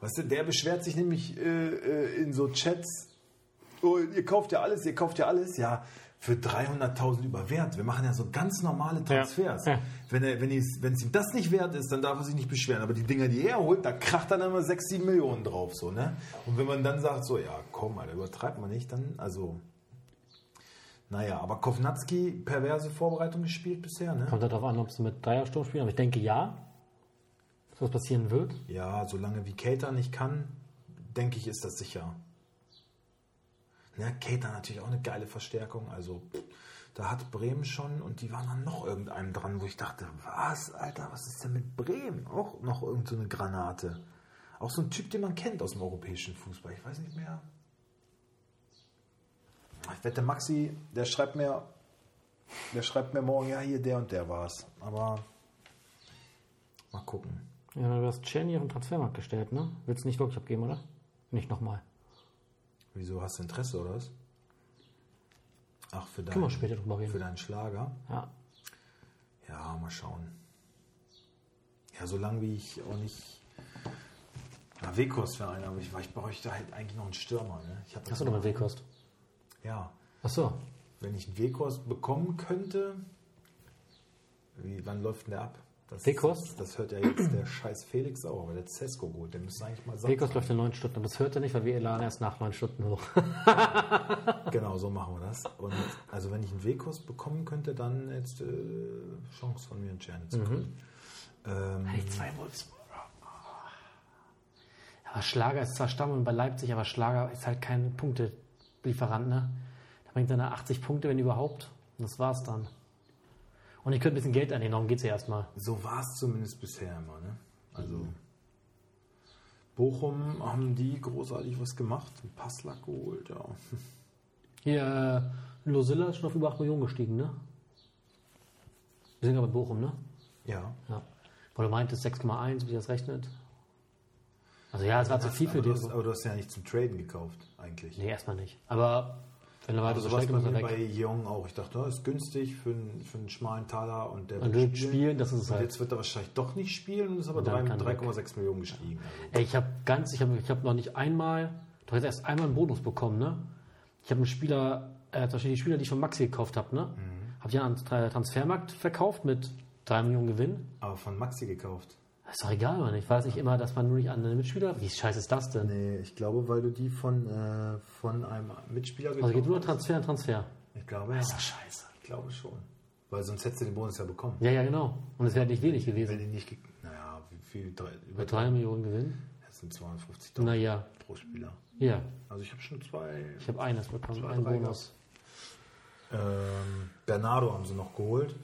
Weißt du, der beschwert sich nämlich äh, äh, in so Chats, oh, ihr kauft ja alles, ihr kauft ja alles, ja, für 300.000 über Wert. Wir machen ja so ganz normale Transfers. Ja. Wenn es wenn ich's- wenn's ihm das nicht wert ist, dann darf er sich nicht beschweren. Aber die Dinger, die er holt, da kracht er dann immer 6, 7 Millionen drauf. So, ne? Und wenn man dann sagt, so, ja, komm, Alter, übertreibt man nicht, dann, also... Naja, aber Kovnatski, perverse Vorbereitung gespielt bisher, ne? Kommt halt darauf an, ob sie mit Dreiersturm spielen, aber ich denke ja, dass das passieren wird. Ja, solange wie Kater nicht kann, denke ich, ist das sicher. Na, Kater natürlich auch eine geile Verstärkung. Also, pff, da hat Bremen schon und die waren dann noch irgendeinem dran, wo ich dachte, was, Alter, was ist denn mit Bremen? Auch noch irgendeine so eine Granate. Auch so ein Typ, den man kennt aus dem europäischen Fußball. Ich weiß nicht mehr. Ich wette, Maxi, der schreibt mir, der schreibt mir morgen, ja, hier, der und der war's. Aber mal gucken. Ja, du hast Chenny auf den Transfermarkt gestellt, ne? Willst du nicht wirklich abgeben, oder? Nicht nochmal. Wieso hast du Interesse oder was? Ach, für Können wir deinen, später drüber für reden. deinen Schlager? Ja. Ja, mal schauen. Ja, solange wie ich auch nicht. Na, Wekos wäre einer, aber ich, ich bräuchte halt eigentlich noch einen Stürmer. Ne? Ich hab das Achso, damit Wehkost. Ja, Achso. wenn ich einen Wekos bekommen könnte. Wie, wann läuft denn der ab? Das, Wekos? Das, das hört ja jetzt der scheiß Felix auch, aber der Cesco gut, der müsste eigentlich mal Wehkost läuft in neun Stunden, aber das hört er nicht, weil wir laden erst nach neun Stunden hoch. Genau, so machen wir das. Und also wenn ich einen Wehkurs bekommen könnte, dann jetzt äh, Chance von mir und Janet Mhm. zu kriegen. Ähm, zwei Wolfsburger. Aber Schlager ist zwar Stamm und bei Leipzig, aber Schlager ist halt kein Punktelieferant, ne? Da bringt er nach 80 Punkte, wenn überhaupt. Und das war's dann. Und ich könnte ein bisschen Geld annehmen, darum geht's ja erstmal. so war es zumindest bisher immer. Ne? Also Mhm. Bochum haben die großartig was gemacht, einen Passlack geholt, ja. Hier, äh, Losilla ist schon auf über 8 Millionen gestiegen, ne? Wir sind ja bei Bochum, ne? Ja. Ja. Weil du meintest 6,1, wie das rechnet. Also ja, es war zu viel für aber, du den. hast, aber du hast ja nicht zum Traden gekauft, eigentlich. Nee, erstmal nicht. Aber wenn er weiter so Also was steigt, muss bei, er mir bei weg. Jong auch. Ich dachte, das ist günstig für einen, für einen schmalen Taler und der Und wird spielen, das ist es Und halt. jetzt wird er wahrscheinlich doch nicht spielen und ist aber Und dann drei- kann er weg. 3,6 Millionen gestiegen. Also. Ey, ich habe ganz, ich habe ich hab noch nicht einmal, doch jetzt erst einmal einen Bonus bekommen, ne? Ich habe einen Spieler, äh, zum Beispiel die Spieler, die ich von Maxi gekauft habe, ne? Mhm. Habe ich ja am Tra- Transfermarkt verkauft mit 3 Millionen Gewinn. Aber von Maxi gekauft. Ist doch egal, oder nicht? Weiß ich immer, dass man nur nicht andere Mitspieler. Wie scheiße ist das denn? Nee, ich glaube, weil du die von, äh, von einem Mitspieler Also geht gekauft nur noch Transfer an Transfer. hast. Ich glaube, ja. scheiße. Ich glaube schon. Weil sonst hättest du den Bonus ja bekommen. Ja, ja, genau. Und es wäre nicht wenig Wenn gewesen. die nicht. ge- Naja, wie viel? Drei, über Bei 3 Millionen Gewinn? Das sind 250 Dollar Naja, pro Spieler. ja. Also ich habe schon zwei. Ich habe eines bekommen, Zwei, einen drei Bonus. Ähm, Bernardo haben sie noch geholt.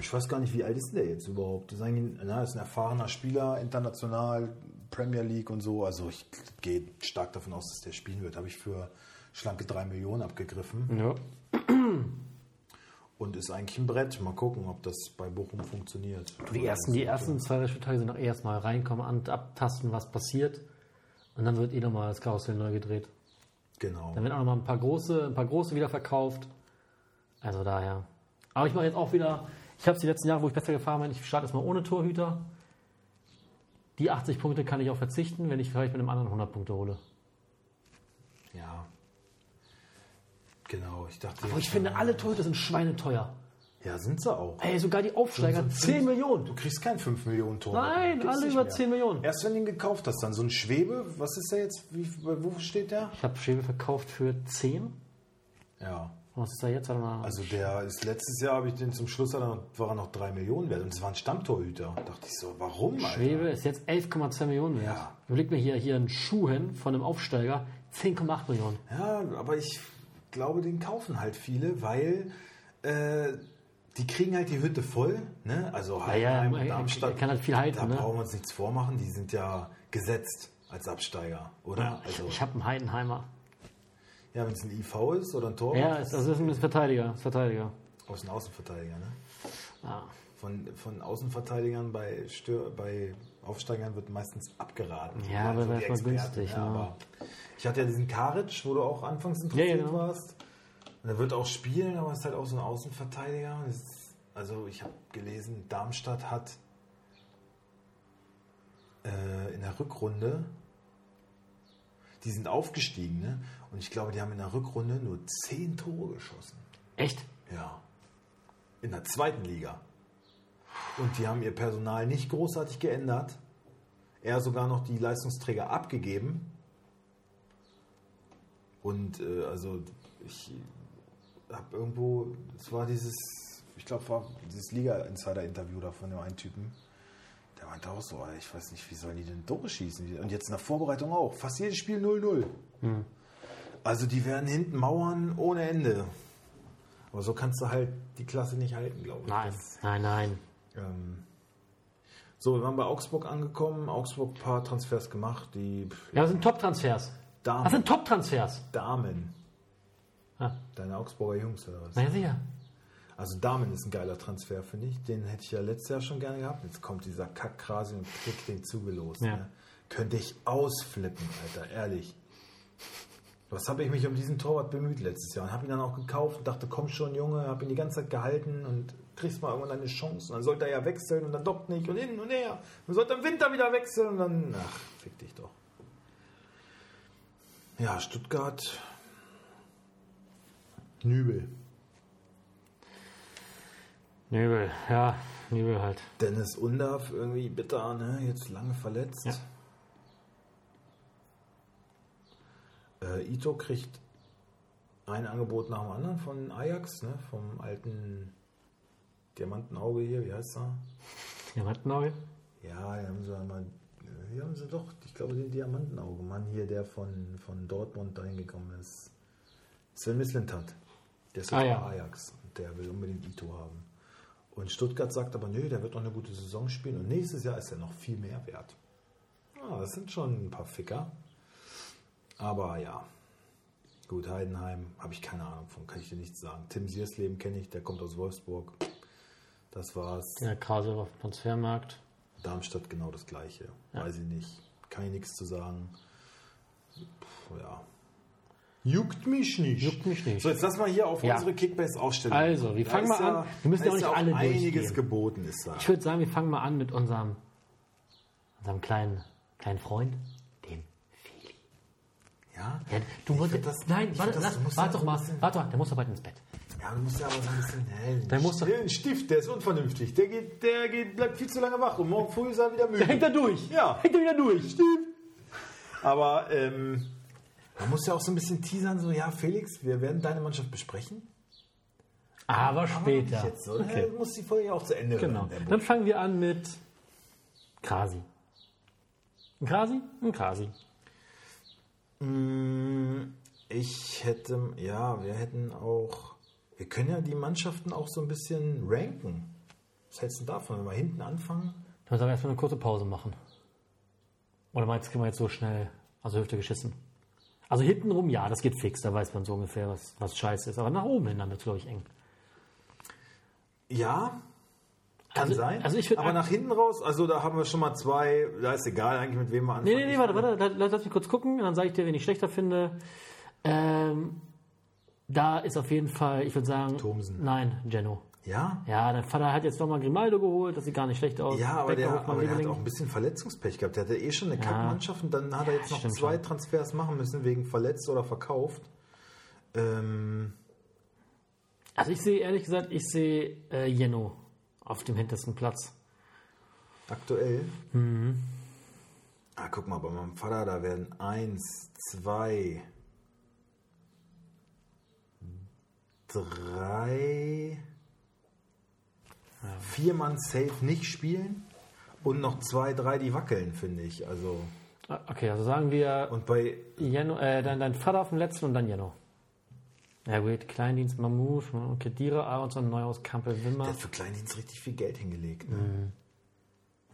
Ich weiß gar nicht, wie alt ist denn der jetzt überhaupt? Das ist, eigentlich, na, ist ein erfahrener Spieler, international, Premier League und so. Also ich gehe stark davon aus, dass der spielen wird. Habe ich für schlanke 3 Millionen abgegriffen. Ja. Und ist eigentlich ein Brett. Mal gucken, ob das bei Bochum funktioniert. Die ersten, die ersten zwei, drei Spieltage sind auch eh erstmal reinkommen, an, abtasten, was passiert. Und dann wird eh nochmal das Karussell neu gedreht. Genau. Dann werden auch nochmal ein paar große, ein paar große wieder verkauft. Also daher. Aber ich mache jetzt auch wieder, ich habe es die letzten Jahre, wo ich besser gefahren bin, ich starte erstmal ohne Torhüter. Die 80 Punkte kann ich auch verzichten, wenn ich vielleicht mit einem anderen 100 Punkte hole. Ja. Genau, ich dachte. Aber ich finde, alle Torhüter sind schweineteuer. Ja, sind sie auch. Ey, sogar die Aufsteiger, Sind so 10 fünf- Millionen. Du kriegst kein 5 Millionen Tor. Nein, Kriegst alle nicht über mehr. 10 Millionen. Erst wenn du ihn gekauft hast, dann so ein Schwebe, was ist der jetzt? Wie, bei- wo steht der? Ich habe Schäbe verkauft für 10. Ja. Was ist da jetzt? Hat er mal- Also der ist letztes Jahr habe ich den zum Schluss hat er noch- war er noch 3 Millionen wert und es war ein Stammtorhüter. Dachte ich so, warum? Alter? Schwebe ist jetzt 11,2 Millionen wert. Ja. Überleg mir hier, hier einen Schuhen von einem Aufsteiger, 10,8 Millionen. Ja, aber ich glaube, den kaufen halt viele, weil äh, die kriegen halt die Hütte voll. Ne? Also Ja, ja, Heidenheim er- und er- Darmstadt. er kann halt viel halten, Da ne? brauchen wir uns nichts vormachen. Die sind ja gesetzt als Absteiger, oder? Also, Ich habe einen Heidenheimer. ja, wenn es ein IV ist oder ein Tor, Ja, ist, also ist ein Verteidiger. Ist Verteidiger. aus dem Außenverteidiger. Ne? Ja. Von, von Außenverteidigern bei, Stör, bei Aufsteigern wird meistens abgeraten. Ja, aber die das war Experten, günstig, Ja, ne? aber ich hatte ja diesen Karic, wo du auch anfangs interessiert Ja, ja, genau. warst. Und er wird auch spielen, aber ist halt auch so ein Außenverteidiger. Das ist- Also ich habe gelesen, Darmstadt hat äh, in der Rückrunde, die sind aufgestiegen, ne? Und ich glaube, die haben in der Rückrunde nur zehn Tore geschossen. Echt? Ja. In der zweiten Liga. Und die haben ihr Personal nicht großartig geändert. Er sogar noch die Leistungsträger abgegeben. Und äh, also ich habe irgendwo, es war dieses, ich glaube, war dieses Liga-Insider-Interview da von dem einen Typen. Der meinte auch so, Alter, ich weiß nicht, wie sollen die denn Tore schießen? Und jetzt in der Vorbereitung auch. Fast jedes Spiel 0-0. Also die werden hinten mauern ohne Ende. Aber so kannst du halt die Klasse nicht halten, glaube ich. Nein, nein, nein. Ähm, so, wir waren bei Augsburg angekommen. Augsburg ein paar Transfers gemacht. Die Ja, das sind Top-Transfers. Damen. Das sind Top-Transfers. Damen. Ah. Deine Augsburger Jungs oder was? Na ja, sicher. Also Damen ist ein geiler Transfer, finde ich. Den hätte ich ja letztes Jahr schon gerne gehabt. Jetzt kommt dieser Kack Krasi und kriegt den zugelost. Ja. Ne? Könnte ich ausflippen, Alter, ehrlich. Was habe ich mich um diesen Torwart bemüht letztes Jahr und habe ihn dann auch gekauft und dachte, komm schon, Junge, habe ihn die ganze Zeit gehalten und kriegst mal irgendwann eine Chance. Und dann sollte er ja wechseln und dann doch nicht und hin und her. Und sollte im Winter wieder wechseln und dann, ach, fick dich doch. Ja, Stuttgart. Nübel. Nübel, ja, Nübel halt. Dennis Undav irgendwie bitter, ne? Jetzt lange verletzt. Äh, Ito kriegt ein Angebot nach dem anderen von Ajax, ne? Vom alten Diamantenauge hier, wie heißt er? Diamantenauge? Ja, hier haben sie mal. Hier haben sie doch, ich glaube, den Diamantenauge, Mann, hier, der von, von Dortmund dahin gekommen ist. Sven Mislintat. Der ist Ah, auch ja. bei Ajax. Und der will unbedingt Ito haben. Und Stuttgart sagt aber, nö, der wird noch eine gute Saison spielen und nächstes Jahr ist er noch viel mehr wert. Ah, das sind schon ein paar Ficker. Aber ja. Gut, Heidenheim habe ich keine Ahnung von, kann ich dir nichts sagen. Tim Siersleben kenne ich, der kommt aus Wolfsburg. Das war's. Ja, Krase auf dem Transfermarkt. Darmstadt genau das gleiche. Weiß ich nicht. Kann ich nichts zu sagen. Puh, ja. Juckt mich nicht. Juckt mich nicht. So, jetzt lass mal hier auf Ja. unsere Kickbase-Aufstellung. Also, wir Da fangen ist mal ja- an. Wir müssen da ja auch ist nicht alle einiges durchgehen. geboten ist da. Ich würde sagen, wir fangen mal an mit unserem, unserem kleinen, kleinen Freund, dem Feli. Ja? Ja, du Ich musst find das, nein, ich warte, find das- lass, du musst warte ja doch so ein mal, bisschen- warte mal, der muss doch bald ins Bett. Ja, du musst ja aber so ein bisschen hellen. Der muss doch- Stillen Stift, der ist unvernünftig. Der geht, der geht, bleibt viel zu lange wach und morgen früh ist er wieder müde. Hängt er durch? Ja. Hängt er wieder durch? Aber ähm, man muss ja auch so ein bisschen teasern, so, ja, Felix, wir werden deine Mannschaft besprechen. Aber später. Nicht Jetzt, oder? okay. Dann muss die Folge auch zu Ende Genau. hören, der Dann Bursche. fangen wir an mit Krasi. Ein Krasi? Ein Krasi. Ich hätte, ja, wir hätten auch, wir können ja die Mannschaften auch so ein bisschen ranken. Was hältst du davon, wenn wir hinten anfangen? Dann müssen wir erstmal eine kurze Pause machen. Oder meinst du, kriegen wir jetzt so schnell aus der Hüfte geschissen? Also hintenrum, ja, das geht fix. Da weiß man so ungefähr, was, was scheiße ist. Aber nach oben hin, dann wird es, glaube ich, eng. Ja, kann Also- sein. also ich würd- Aber nach hinten raus, also da haben wir schon mal zwei, da ist egal eigentlich, mit wem wir anfangen. Nee, nee, nee, warte, warte, lass, lass- lass mich kurz gucken, dann sage ich dir, wen ich schlechter finde. Ähm, da ist auf jeden Fall, ich würde sagen. Thomsen. Nein, Geno. Ja? Ja, dein Vater hat jetzt nochmal Grimaldo geholt, das sieht gar nicht schlecht aus. Ja, aber der, Beckerhoff, aber der hat Liebling. auch ein bisschen Verletzungspech gehabt. Der hatte eh schon eine Kackmannschaft und dann hat er jetzt noch stimmt zwei schon. Transfers machen müssen, wegen verletzt oder verkauft. Ähm, Also ich sehe ehrlich gesagt, ich sehe äh, Jeno auf dem hintersten Platz. Aktuell? Ah, guck mal, bei meinem Vater, da werden eins, zwei, drei, vier Mann safe nicht spielen und noch zwei, drei, die wackeln, finde ich. Also, Ah, Okay, also sagen wir und bei, Jeno, äh, dein, dein Vater auf dem letzten und dann Jeno. Ja gut, Kleindienst, Mammut, Kedira, Aronson, Neuhaus, Kampel, der Wimmer, hat für Kleindienst richtig viel Geld hingelegt. Ne?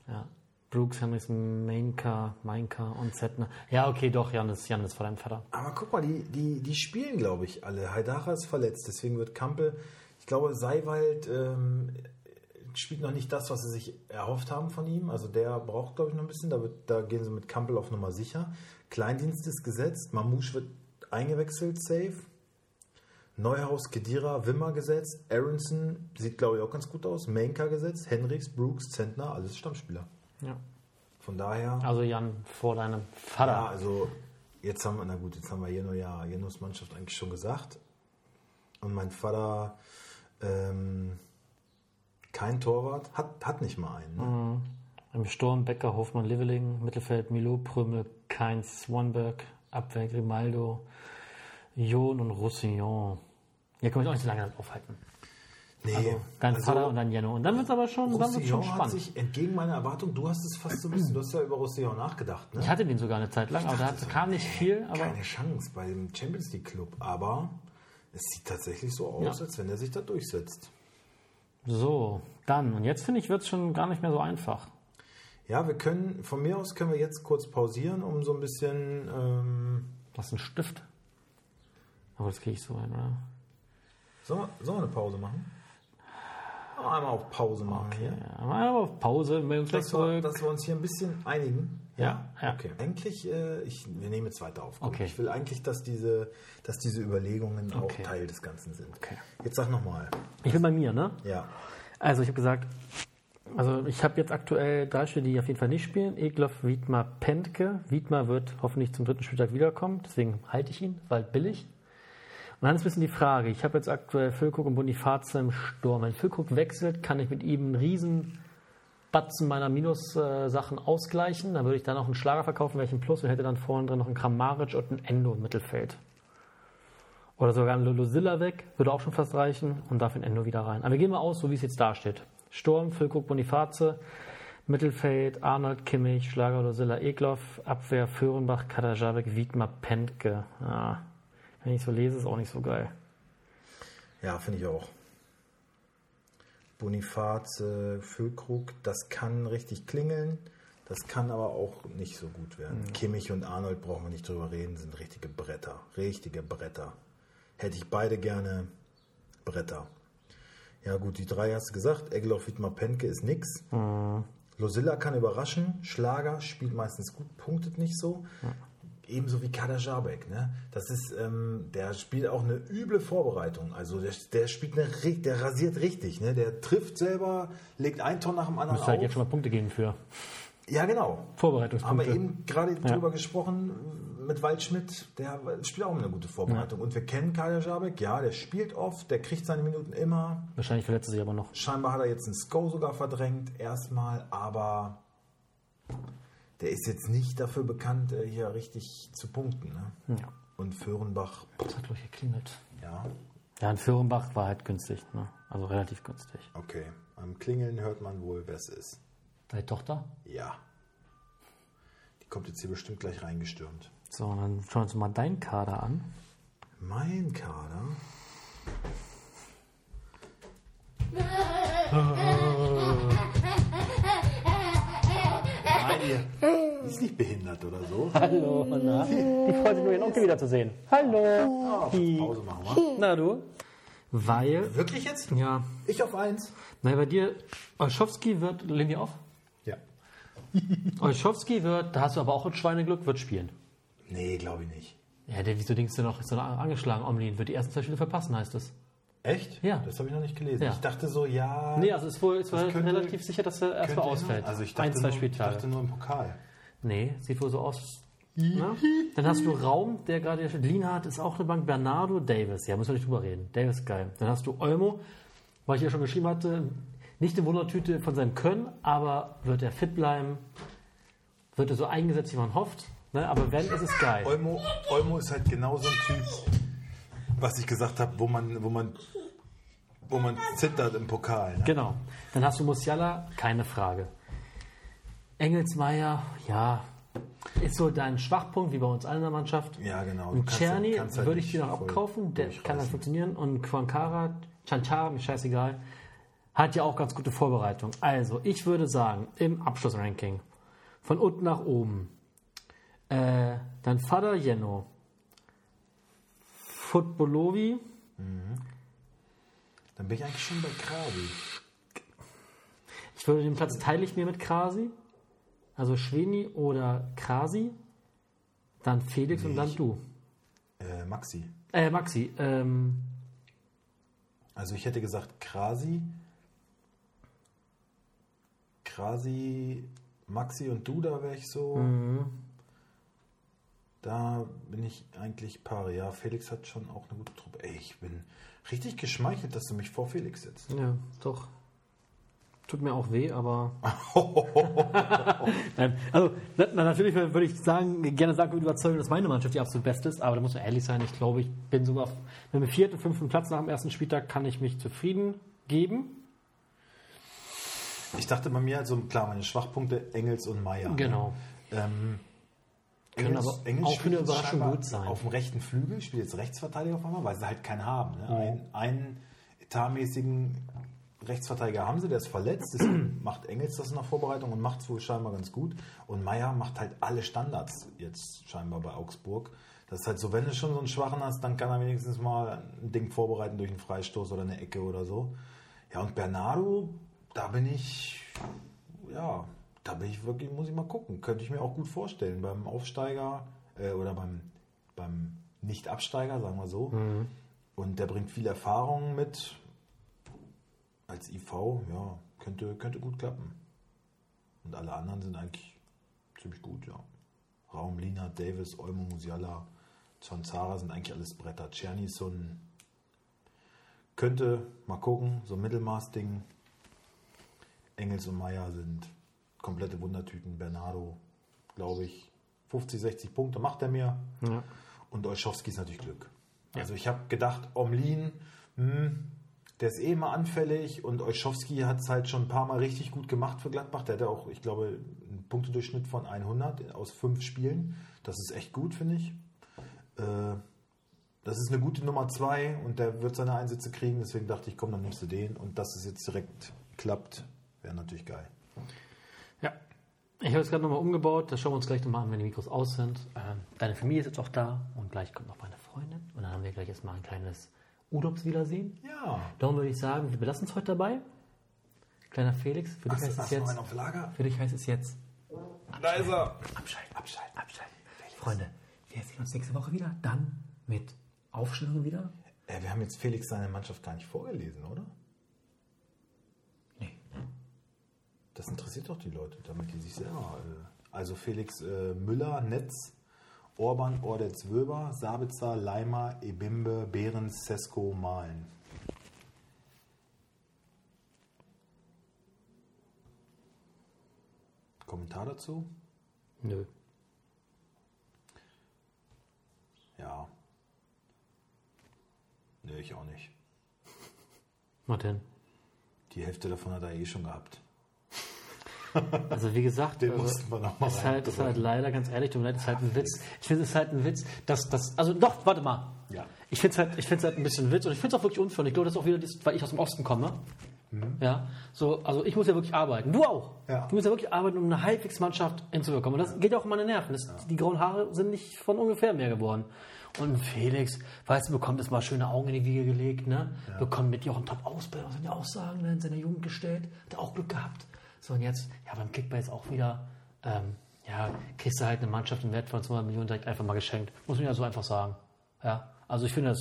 ja. Brooks, Henrys, Mainka, Mainka und Zettner. Ja, okay, doch, Janis, Janis war dein Vater. Aber guck mal, die, die, die spielen, glaube ich, alle. Haidara ist verletzt, deswegen wird Kampel, ich glaube, Seiwald ähm, spielt noch nicht das, was sie sich erhofft haben von ihm. Also der braucht, glaube ich, noch ein bisschen. Da, wird, da gehen sie mit Kampel auf Nummer sicher. Kleindienst ist gesetzt, Mamouche wird eingewechselt, safe. Neuhaus, Kedira, Wimmer gesetzt, Aronson sieht, glaube ich, auch ganz gut aus. Menka gesetzt, Henrichs, Brooks, Zentner, alles Stammspieler. Ja. Von daher. Also Jan vor deinem Vater. Ja, also jetzt haben wir, na gut, jetzt haben wir Jeno ja, Jenos Mannschaft eigentlich schon gesagt. Und mein Vater, ähm, kein Torwart, hat, hat nicht mal einen. Ne? Mhm. Im Sturm Becker, Hofmann, Liveling, Mittelfeld Milo, Prömel, Keins, Swanberg, Abwehr Grimaldo, Jon und Roussillon. Hier können wir uns auch nicht so lange damit aufhalten. Nee, Also, dein Vater und dann Jenno. Und dann wird es aber schon, dann wird's schon Roussillon hat spannend. sich entgegen meiner Erwartung, du hast es fast so ein bisschen, du hast ja über Roussillon nachgedacht, ne? ich hatte den sogar eine Zeit lang, aber da hat- kam nicht viel. Aber Keine Chance bei dem Champions League Club, aber es sieht tatsächlich so aus, Ja. als wenn er sich da durchsetzt. so, dann. Und jetzt finde ich, wird es schon gar nicht mehr so einfach. Ja, wir können, von mir aus können wir jetzt kurz pausieren, um so ein bisschen, ähm, Was ist ein Stift? Aber das kriege ich so ein, oder? Sollen wir, sollen wir eine Pause machen? Einmal auf Pause machen hier. Ja, aber auf Pause, wir uns gleich Dass wir, zurück. dass wir uns hier ein bisschen einigen. Ja, ja. Okay. Eigentlich, äh, ich, wir nehmen jetzt weiter auf. Okay. Ich will eigentlich, dass diese, dass diese Überlegungen auch Okay. Teil des Ganzen sind. Okay. Jetzt sag nochmal. Ich bin bei mir, ne? Ja. Also ich habe gesagt, also ich habe jetzt aktuell drei Spieler, die auf jeden Fall nicht spielen. Egloff, Wiedmar, Pentke. Wiedmar wird hoffentlich zum dritten Spieltag wiederkommen, deswegen halte ich ihn, weil billig. Und dann ist ein bisschen die Frage, ich habe jetzt aktuell Füllkrug und Boniface im Sturm. Wenn Füllkrug wechselt, kann ich mit ihm einen riesen Batzen meiner Minus-Sachen ausgleichen. Dann würde ich dann noch einen Schlager verkaufen, welchen Plus und hätte dann vorne drin noch einen Kramaric und einen Endo im Mittelfeld. Oder sogar ein Lolosilla weg, würde auch schon fast reichen und dafür ein Endo wieder rein. Aber wir gehen mal aus, so wie es jetzt dasteht. Sturm, Füllkrug, Boniface, Mittelfeld, Arnold, Kimmich, Schlager, Lolosilla, Egloff, Abwehr, Föhrenbach, Kadajabek, Wiedmer, Pentke. Ja, wenn ich so lese, ist auch nicht so geil. Ja, finde ich auch. Bonifaz, äh, Füllkrug, das kann richtig klingeln. Das kann aber auch nicht so gut werden. Kimmich und Arnold brauchen wir nicht drüber reden, sind richtige Bretter. Richtige Bretter. Hätte ich beide gerne Bretter. Ja, gut, die drei hast du gesagt. Egloff, Wittmer, Penke ist nix. Mhm. Losilla kann überraschen. Schlager spielt meistens gut, punktet nicht so. Ebenso wie Kader Jabek, ne? Das ist, ähm, der spielt auch eine üble Vorbereitung. Also der, der spielt eine, ri- der rasiert richtig, ne? Der trifft selber, legt ein Tor nach dem anderen Müsste halt jetzt auf. schon mal Punkte geben für Ja, genau. Haben Vorbereitungspunkte. wir eben gerade drüber gesprochen mit Waldschmidt, der spielt auch eine gute Vorbereitung. Und wir kennen Kader Jabek, ja, der spielt oft, der kriegt seine Minuten immer. Wahrscheinlich verletzt er sich aber noch. Scheinbar hat er jetzt einen Sko sogar verdrängt, erstmal, aber der ist jetzt nicht dafür bekannt, äh, hier richtig zu punkten. Ne? Ja. Und Föhrenbach, Das hat gleich geklingelt. ja, Ja, und Föhrenbach war halt günstig, ne? Also relativ günstig. okay. Am Klingeln hört man wohl, wer es ist. Deine Tochter? Ja. Die kommt jetzt hier bestimmt gleich reingestürmt. So, und dann schauen wir uns mal deinen Kader an. Mein Kader. Nein, ihr- die ist nicht behindert oder so. Hallo, na? Ich freue mich nur, Ihren Onkel wiederzusehen. Hallo. Pause machen wir. Na du? Weil, Wirklich jetzt? Hm. ja, Ich auf eins. na bei dir, Olschowski wird, lehn die auf, Ja. Olschowski wird, da hast du aber auch ein Schweineglück, wird spielen. Nee, glaube ich nicht. Ja, der, wieso denkst du noch, ist so angeschlagen, Omlin, wird die ersten zwei Spiele verpassen, heißt es. Echt? Ja. Das habe ich noch nicht gelesen. Ja. Ich dachte so, ja. Nee, also ist wohl, ist wohl könnte- relativ sicher, dass er erstmal könnte- ausfällt. Also ich dachte, ein, zwei nur, ich Spieltage. dachte nur im Pokal. Nee, sieht wohl so aus. Na? Dann hast du Raum, der gerade hier steht. Lienhardt ist auch eine Bank. Bernardo Davis, ja, müssen wir nicht drüber reden. Davis ist geil. Dann hast du Olmo, weil ich ja schon geschrieben hatte, nicht eine Wundertüte von seinem Können, aber wird er fit bleiben? Wird er so eingesetzt, wie man hofft? Ne? Aber wenn, ist es geil. Olmo, Olmo ist halt genau so ein Typ. was ich gesagt habe, wo man, wo man, wo man zittert im Pokal. Ne? Genau. Dann hast du Musiala, keine Frage. Engelsmeier, ja, ist so dein Schwachpunkt, wie bei uns allen in der Mannschaft. Ja, genau. Und Kannst du- Czerny kannst halt würde ich dir noch nicht voll abkaufen, der kann das durchreißen. funktionieren. Und Quankara, Chanchara, mir scheißegal, hat ja auch ganz gute Vorbereitung. Also, ich würde sagen, im Abschlussranking, von unten nach oben, äh, dann Vater Jeno, Futbolovi, Dann bin ich eigentlich schon bei Krabi. Ich würde den Platz teile ich mir mit Krasi. Also Schweni oder Krasi. Dann Felix und dann du. Äh, Maxi. Äh, Maxi. Ähm, Also ich hätte gesagt Krasi, Krasi, Maxi und du, da wäre ich so. Da bin ich eigentlich Pari. Ja, Felix hat schon auch eine gute Truppe. Ey, ich bin richtig geschmeichelt, dass du mich vor Felix setzt. ja, doch. Tut mir auch weh, aber. [laughs] Nein, also, na, na, natürlich würde ich sagen, gerne sagen, mit Überzeugung, dass meine Mannschaft die absolut beste ist, aber da muss man ehrlich sein. Ich glaube, ich bin sogar auf- mit dem vierten, fünften Platz nach dem ersten Spieltag kann ich mich zufrieden geben. Ich dachte bei mir, also klar, meine Schwachpunkte Engels und Meier. Genau. Ähm, Können aber auch spielt wieder jetzt Überraschung scheinbar gut sein. Auf dem rechten Flügel spielt jetzt Rechtsverteidiger auf einmal, weil sie halt keinen haben. Mhm. Ne? Einen, einen etatmäßigen Rechtsverteidiger haben sie, der ist verletzt, deswegen [clears throat] macht Engels das in der Vorbereitung und macht es wohl scheinbar ganz gut. Und Meier macht halt alle Standards jetzt scheinbar bei Augsburg. Das ist halt so, wenn du schon so einen Schwachen hast, dann kann er wenigstens mal ein Ding vorbereiten durch einen Freistoß oder eine Ecke oder so. Ja, und Bernardo, da bin ich ja, da bin ich wirklich, muss ich mal gucken. Könnte ich mir auch gut vorstellen. Beim Aufsteiger äh, oder beim, beim Nicht-Absteiger, sagen wir so. Und der bringt viel Erfahrung mit. Als IV, ja, könnte, könnte gut klappen. Und alle anderen sind eigentlich ziemlich gut, ja. Raum, Lina, Davis, Olmo, Musiala, Zonzara sind eigentlich alles Bretter. Czerny ist so ein. Könnte, mal gucken, so ein Mittelmaß-Ding. Engels und Meier sind komplette Wundertüten. Bernardo, glaube ich, 50, 60 Punkte macht er mir. Ja. Und Olschowski ist natürlich Glück. Also ich habe gedacht, Omlin, hm, der ist eh immer anfällig und Olschowski hat es halt schon ein paar Mal richtig gut gemacht für Gladbach. Der hatte auch, ich glaube, einen Punktedurchschnitt von 100 aus fünf Spielen. Das ist echt gut, finde ich. Äh, das ist eine gute Nummer zwei und der wird seine Einsätze kriegen. Deswegen dachte ich, komm, dann nimmst du den. Und dass es jetzt direkt klappt, wäre natürlich geil. Ja. Ich habe es gerade nochmal umgebaut. Das schauen wir uns gleich nochmal an, wenn die Mikros aus sind. Ähm, deine Familie ist jetzt auch da und gleich kommt noch meine Freundin. Und dann haben wir gleich erstmal ein kleines Urlaubswiedersehen. Ja. Darum würde ich sagen, wir belassen es heute dabei. Kleiner Felix, für dich, Hast, heißt es, hast du noch jetzt, einen auf Lager? für dich heißt es jetzt Da ist er. abschalten, abschalten, abschalten. Freunde, wir sehen uns nächste Woche wieder. Dann mit Aufstellung wieder. Äh, wir haben jetzt Felix seine Mannschaft gar nicht vorgelesen, oder? Nee. Das interessiert doch die Leute, damit die sich selber. Äh, also Felix äh, Müller, Netz, Orban, Ordetz, Wöber, Sabitzer, Leimer, Ebimbe, Behrens, Sesko, Mahlen. Kommentar dazu? Nö. Ja. Nö, ich auch nicht. Martin. Die Hälfte davon hat er eh schon gehabt. Also wie gesagt, Den also, mussten wir noch mal ist halt, ist halt leider, ganz ehrlich, tut mir leid, ist halt ein Witz. Ich finde, es ist halt ein Witz, dass das, also doch, warte mal. Ja. Ich finde es halt, ich find's halt ein bisschen Witz und ich finde es auch wirklich unfair. Und Ich glaube, das ist auch wieder, das, weil ich aus dem Osten komme. Ja, so, also ich muss ja wirklich arbeiten. Du auch. Ja. Du musst ja wirklich arbeiten, um eine halbwegs Mannschaft hinzubekommen. Und das geht ja auch in meine Nerven. Das, Die grauen Haare sind nicht von ungefähr mehr geworden. Und Felix, weißt du, bekommt jetzt mal schöne Augen in die Wiege gelegt, ne? Bekommt mit Jochen Top Ausbildung, sind ja Aussagen ne? in seiner Jugend gestellt. Hat auch Glück gehabt. So, und jetzt, ja, beim Kickball ist auch wieder, ähm, ja, kriegst du halt eine Mannschaft im Wert von 200 Millionen direkt einfach mal geschenkt. Muss man ja so einfach sagen. Ja, also ich finde das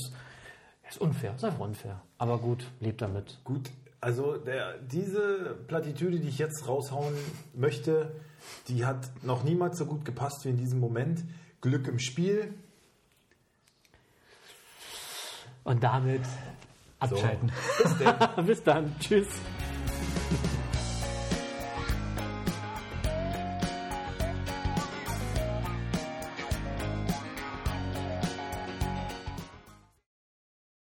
ist unfair. Ist einfach unfair. Aber gut, lebt damit. Gut, also der, diese Plattitüde, die ich jetzt raushauen möchte, die hat noch niemals so gut gepasst wie in diesem Moment. Glück im Spiel. Und damit abschalten. [laughs] Bis dann. Tschüss.